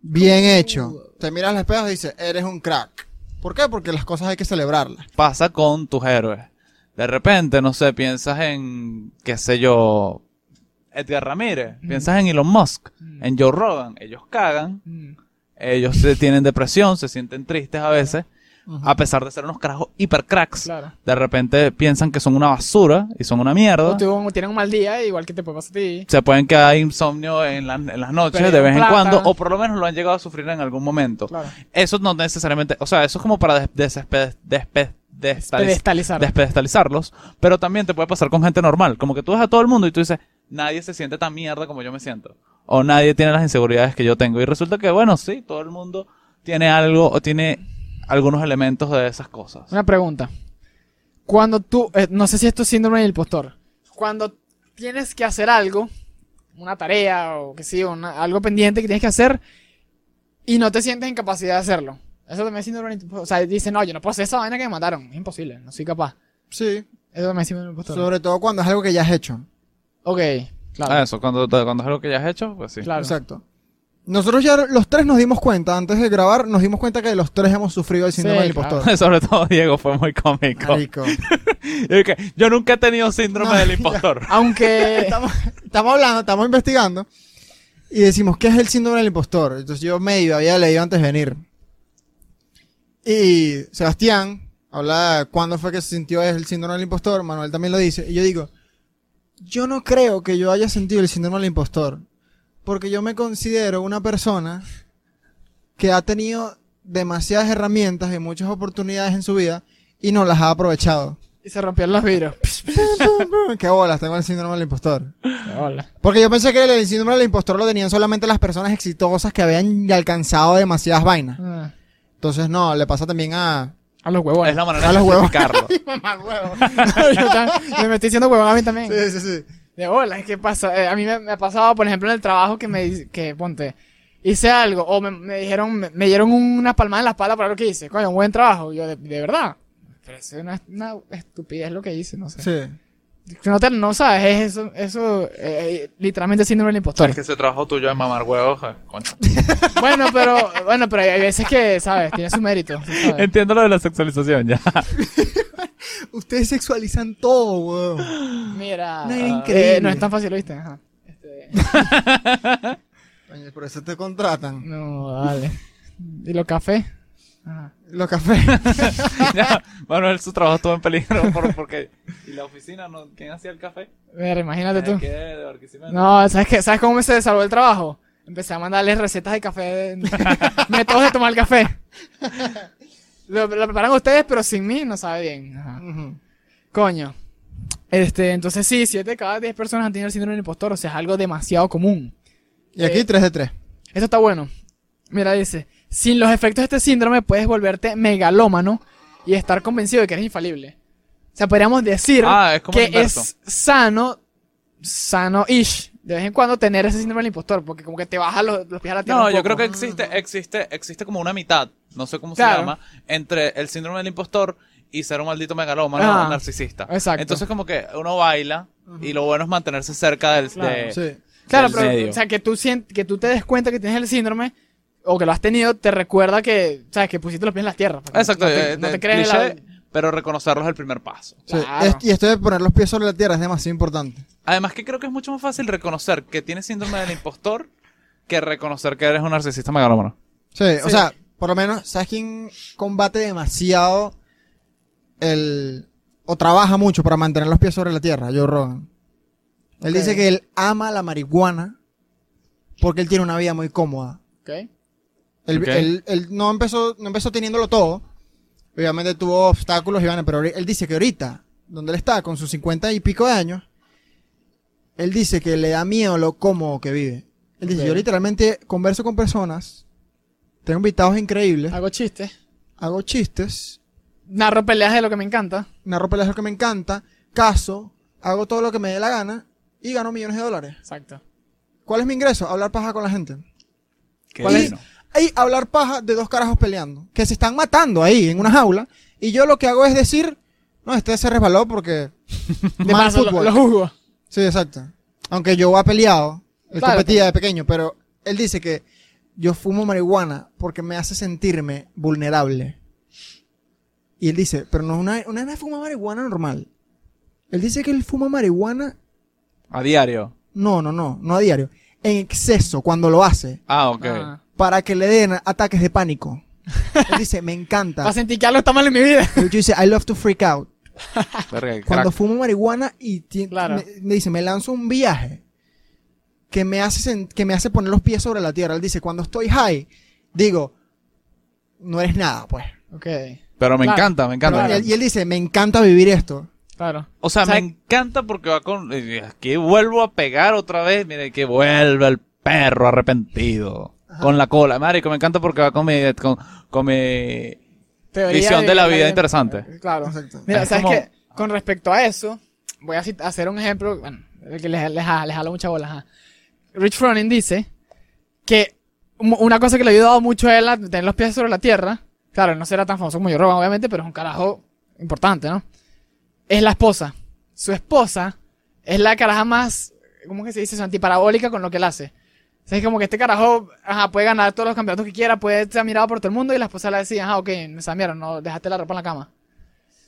S2: Bien hecho. Te miras al espejo y dices, eres un crack. ¿Por qué? Porque las cosas hay que celebrarlas.
S3: pasa con tus héroes. De repente, no sé, piensas en, qué sé yo, Edgar Ramírez, piensas en Elon Musk, en Joe Rogan, ellos cagan,
S1: Mm.
S3: ellos se tienen depresión, se sienten tristes a veces, a pesar de ser unos carajos hipercracks.
S1: Claro.
S3: De repente piensan que son una basura y son una mierda.
S1: O tuvo- tienen un mal día, igual que te puede pasar a ti.
S3: Se pueden quedar insomnio en, la- en las noches
S1: Pero
S3: de vez en
S1: plata.
S3: cuando, o por lo menos lo han llegado a sufrir en algún momento.
S1: Claro.
S3: Eso no necesariamente, o sea, eso es como para des- desespe- despe- despedestalizar
S1: Pedestalizar.
S3: despedestalizarlos, pero también te puede pasar con gente normal, como que tú ves a todo el mundo y tú dices, nadie se siente tan mierda como yo me siento, o nadie tiene las inseguridades que yo tengo, y resulta que, bueno, sí, todo el mundo tiene algo o tiene algunos elementos de esas cosas. Ah,
S1: Una pregunta. Cuando tú, eh, no sé si esto es síndrome del impostor, cuando tienes que hacer algo, una tarea o que sí, una- algo pendiente que tienes que hacer y no te sientes en capacidad de hacerlo. Eso también es síndrome del impostor. O sea, dice, no, yo no puedo hacer esa vaina que me mataron. Es imposible, no soy capaz.
S2: Sí.
S1: Eso también es síndrome del impostor.
S2: Sobre todo cuando es algo que ya has hecho.
S1: Ok,
S3: Ah,
S1: claro.
S3: eso, cuando, cuando es algo que ya has hecho, pues sí.
S1: claro.
S2: Exacto. Nosotros ya los tres nos dimos cuenta, antes de grabar, nos dimos cuenta que los tres hemos sufrido el síndrome
S1: Sí,
S2: del
S1: claro.
S2: impostor.
S3: Sobre todo Diego fue muy cómico.
S2: Marico.
S3: Y que, yo nunca he tenido síndrome
S2: No,
S3: del impostor.
S1: Aunque...
S2: estamos, estamos hablando, estamos investigando. Y decimos, ¿qué es el síndrome del impostor? Entonces yo medio había leído antes de venir. Y Sebastián habla cuándo fue que se sintió el síndrome del impostor. Manuel también lo dice. Y yo digo, yo no creo que yo haya sentido el síndrome del impostor. Porque yo me considero una persona que ha tenido demasiadas herramientas y muchas oportunidades en su vida y no las ha aprovechado.
S1: y se rompieron los vidrios.
S2: Qué bolas, tengo el síndrome del impostor.
S1: Hola.
S2: Porque yo pensé que el síndrome del impostor lo tenían solamente las personas exitosas que habían alcanzado demasiadas vainas.
S1: Ah,
S2: Entonces, no, le pasa también a.
S1: A los huevones.
S3: Es la manera
S2: A
S3: de
S2: los huevos.
S3: explicarlo.
S1: Ah, Yo tam- yo me estoy diciendo huevón a mí también.
S2: sí, sí.
S1: De hola, ¿qué pasa? Eh, a mí me, me ha pasado, por ejemplo, en el trabajo que me dice- que ponte, hice algo, o me, me dijeron, me, me dieron una palmada en la espalda por algo que hice. Coño, un buen trabajo. Yo, de, de verdad. Pero eso es una, una estupidez lo que hice, no sé.
S2: Sí.
S1: No, te- no sabes, es eso, eso eh, eh, literalmente síndrome del impostor.
S3: Es que ese trabajo tuyo de mamar huevos, eh, coño.
S1: bueno, pero, bueno, pero hay hay veces que, ¿sabes? Tiene su mérito. sí, ¿sabes?
S3: Entiendo lo de la sexualización ya.
S2: Ustedes sexualizan todo, weón.
S1: Mira.
S2: No,
S1: eh,
S2: era increíble.
S1: no es tan fácil, ¿viste? Ajá. Este,
S2: Coño, Por eso te contratan.
S1: no, dale. ¿Y los cafés? Ajá.
S2: Los cafés.
S3: ya, Manuel, su trabajo estuvo en peligro por- porque... ¿Y la oficina? No, ¿Quién hacía el café?
S1: Mira, imagínate tú.
S3: ¿Qué? ¿De Barquisimeto?
S1: No, ¿sabes, qué? ¿sabes cómo me se salvó el trabajo? Empecé a mandarles recetas de café, de- métodos de tomar café. Lo, lo preparan ustedes, pero sin mí no sabe bien. Ajá.
S2: Ujú.
S1: Coño. Este, entonces sí, 7 de cada 10 personas han tenido el síndrome del impostor, o sea, es algo demasiado común.
S2: y aquí
S1: Eh.
S2: 3 de 3.
S1: Esto está bueno. Mira, dice, sin los efectos de este síndrome puedes volverte megalómano y estar convencido de que eres infalible. O sea, podríamos decir
S3: Ah, es como
S1: que
S3: el inverso.
S1: es sano, sano-ish, de vez en cuando tener ese síndrome del impostor, porque como que te baja los, los pies a la tierra.
S3: No,
S1: un
S3: yo creo
S1: poco.
S3: que existe, existe, existe como una mitad, no sé cómo
S1: Claro.
S3: se llama, entre el síndrome del impostor y ser un maldito megalómano
S1: Ah,
S3: o narcisista.
S1: exacto.
S3: Entonces como que uno baila y lo bueno es mantenerse cerca del...
S1: Claro.
S3: de-
S2: Sí.
S1: Claro,
S3: del
S1: pero,
S3: medio.
S1: o sea, que tú, sient- que tú te des cuenta que tienes el síndrome, o que lo has tenido, te recuerda que, sabes, que pusiste los pies en la tierra. porque
S3: Exacto,
S1: No te,
S3: eh,
S1: no
S3: de-
S1: te crees en la-
S3: cliché, pero reconocerlo es el primer paso.
S2: Sí.
S1: Claro.
S2: Es- y esto de poner los pies sobre la tierra es demasiado importante.
S3: Además que creo que es mucho más fácil reconocer que tienes síndrome del impostor que reconocer que eres un narcisista megalómano.
S2: Sí, o
S1: Sí.
S2: sea, por lo menos, ¿sabes quién combate demasiado el. o trabaja mucho para mantener los pies sobre la tierra? Joe Rogan. Él
S1: Ok.
S2: dice que él ama la marihuana porque él tiene una vida muy cómoda.
S1: Ok.
S2: Él,
S3: Ok.
S2: él- él no, empezó, no empezó teniéndolo todo. Obviamente tuvo obstáculos, y vaina, pero ahori- él dice que ahorita, donde él está, con sus 50 y pico de años, él dice que le da miedo lo cómodo que vive. Él dice,
S1: Ok.
S2: yo literalmente converso con personas, tengo invitados increíbles,
S1: Hago chistes.
S2: hago chistes,
S1: Narro peleas de lo que me encanta.
S2: narro peleas que me encanta, caso, hago todo lo que me dé la gana y gano millones de dólares.
S1: Exacto.
S2: ¿Cuál es mi ingreso? Hablar paja con la gente.
S3: Qué
S1: ¿Cuál es?
S3: divino.
S2: Y hablar paja de dos carajos peleando, que se están matando ahí en una jaula. Y yo lo que hago es decir, no, este se resbaló porque.
S1: De
S2: mal
S1: paso, lo,
S2: fútbol.
S1: lo juzgo.
S2: Sí, exacto. Aunque yo ha peleado, él
S1: Claro,
S2: competía de pequeño, pero él dice que yo fumo marihuana porque me hace sentirme vulnerable. Y él dice, pero no es una, una nena fuma marihuana normal. Él dice que él fuma marihuana,
S3: A diario.
S2: no, no, no, no a diario, en exceso cuando lo hace,
S3: Ah, ok.
S1: Ah.
S2: para que le den ataques de pánico. Él dice, me encanta.
S1: Para sentir que algo está mal en mi vida.
S2: El bicho dice, I love to freak out.
S3: Verga, qué
S2: Cuando
S3: crack.
S2: fumo marihuana y ti-
S1: Claro.
S2: me, me dice, me lanzo un viaje que me, hace sen- que me hace poner los pies sobre la tierra. Él dice, cuando estoy high, digo, no eres nada, pues.
S1: Ok.
S3: Pero me
S1: Claro.
S3: encanta, me encanta.
S1: Claro.
S3: me
S2: Y él-
S3: encanta.
S2: y él dice, me encanta vivir esto.
S1: Claro.
S3: O sea, me
S1: ¿Sabes?
S3: encanta porque va con. eh, Aquí vuelvo a pegar otra vez. Mire, que vuelve el perro arrepentido. Con la cola. Marico, me encanta porque va con mi. Con, con mi...
S1: Teoría
S3: Visión de la vida interesante.
S1: Claro.
S2: Exacto.
S1: Mira,
S3: Es
S1: ¿sabes
S3: como-
S1: qué? Con respecto a eso, voy a cit- hacer un ejemplo, bueno, el que les, les, ja- les jalo mucha bola. ajá. Rich Froning dice que mu- una cosa que le ha ayudado mucho a él a tener los pies sobre la tierra, claro, no será tan famoso como yo, Rogan, obviamente, pero es un carajo importante, ¿no? Es la esposa. Su esposa es la caraja más, ¿cómo que se dice? Eso, antiparabólica con lo que él hace. O sea, es como que este carajo ajá, puede ganar todos los campeonatos que quiera, puede ser mirado por todo el mundo y la esposa le decía, ajá, ok, esa mierda, no dejaste la ropa en la cama.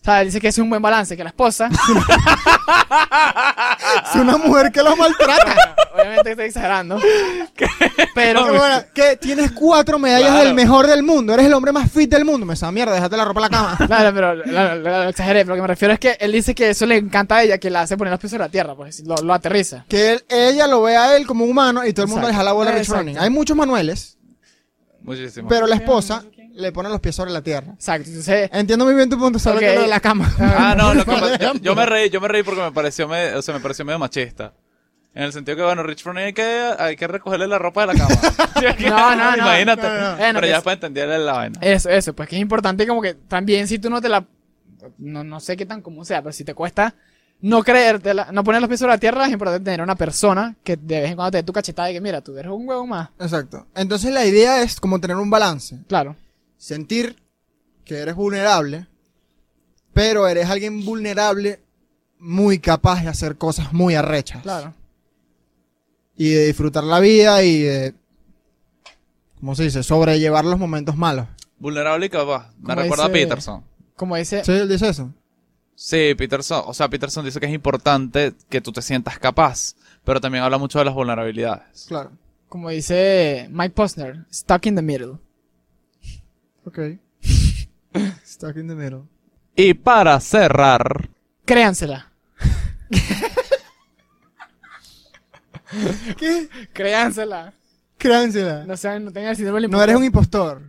S1: O sea, dice que es un buen balance, que la esposa,
S2: Es una mujer que lo maltrata.
S1: obviamente estoy exagerando, pero,
S2: Pero bueno, que tienes cuatro medallas
S3: Claro.
S2: del mejor del mundo. Eres el hombre más fit del mundo. Me esa mierda, déjate la ropa en la cama.
S1: claro, pero claro, lo, lo exageré, pero lo que me refiero es que él dice que eso le encanta a ella, que la hace poner los pies sobre la tierra, pues lo, lo aterriza.
S2: que él- ella lo ve a él como humano y todo el mundo
S1: Exacto.
S2: le jala bola a Rich
S1: Exacto.
S2: Froning. Hay muchos manuales,
S3: Muchísimo.
S2: pero la esposa le pone los pies sobre la tierra.
S1: Exacto, entonces,
S2: Entiendo muy bien tu punto, solo
S1: Ok.
S2: que lo de la cama.
S3: Ah, no, lo que
S2: Por
S3: pasa- yo,
S2: ejemplo.
S3: yo me reí, yo me reí porque me pareció, me, o sea, me pareció medio machista. En el sentido que, bueno, Rich Froning hay que, hay que recogerle la ropa de la cama.
S1: No, no, no.
S3: Imagínate.
S2: No, no, no.
S1: Bueno,
S3: Pero
S1: que
S3: ya
S1: es-
S3: para entenderle la vaina.
S1: eso, eso, pues que es importante como que también si tú no te la, no, no sé qué tan común sea, pero si te cuesta no creértela, no poner los pies sobre la tierra, es importante tener una persona que de vez en cuando te dé tu cachetada y que mira, tú eres un huevo más,
S2: Exacto. Entonces la idea es como tener un balance.
S1: claro.
S2: sentir que eres vulnerable, pero eres alguien vulnerable muy capaz de hacer cosas muy arrechas.
S1: Claro.
S2: Y de disfrutar la vida y de, ¿cómo se dice? Sobrellevar los momentos malos.
S3: Vulnerable y capaz. Me
S1: Como
S3: recuerda a
S1: ese-
S3: Peterson.
S1: Como dice,
S2: ¿Sí? ¿Él dice eso?
S3: Sí, Peterson. O sea, Peterson dice que es importante que tú te sientas capaz. Pero también habla mucho de las vulnerabilidades.
S2: Claro.
S1: como dice Mike Posner, stuck in the middle.
S2: Ok. Stuck in the middle.
S3: Y para cerrar,
S1: Créansela.
S2: ¿Qué?
S1: Créansela.
S2: Créansela.
S1: No sean, no tengan el síndrome del
S2: No
S1: impostor.
S2: eres un impostor.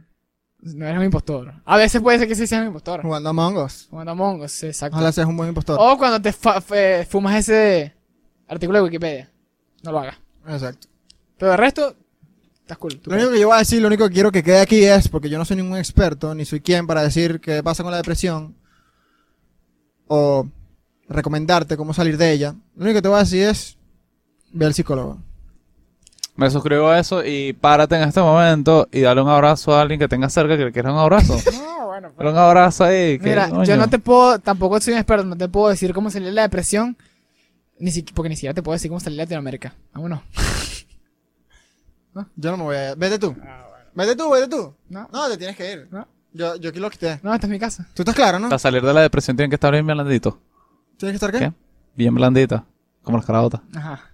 S1: No eres un impostor. A veces puede ser que sí seas un impostor.
S2: Jugando a Mongos.
S1: Cuando Among Us, exacto.
S2: Ojalá seas un buen impostor.
S1: O cuando te fa- fe- fumas ese artículo de Wikipedia. No lo hagas.
S2: Exacto.
S1: Pero el resto, estás cool. tú
S2: Lo único que yo voy a decir, lo único que quiero que quede aquí es, porque yo no soy ningún experto, ni soy quien para decir qué pasa con la depresión, o recomendarte cómo salir de ella. Lo único que te voy a decir es, ve al psicólogo.
S3: me suscribo a eso y párate en este momento y dale un abrazo a alguien que tenga cerca que le quiera un abrazo.
S1: puedes. No, bueno. pues.
S3: Dale un abrazo ahí. que,
S1: Mira, yo
S3: coño.
S1: no te puedo, tampoco soy un experto, no te puedo decir cómo salir de la depresión. Ni siqui- porque ni siquiera te puedo decir cómo salir de Latinoamérica. Vámonos.
S2: Yo no me voy a... Vete tú. Vete tú, vete tú.
S1: No,
S2: No, te tienes que ir.
S1: No.
S2: Yo, yo aquí lo quité.
S1: no, esta es mi casa.
S2: Tú estás claro, ¿no?
S3: Para salir de la depresión tienen que estar bien blandito.
S2: ¿Tienes que estar qué?
S3: ¿Qué? Bien blandita. Como las carabotas.
S1: Ajá.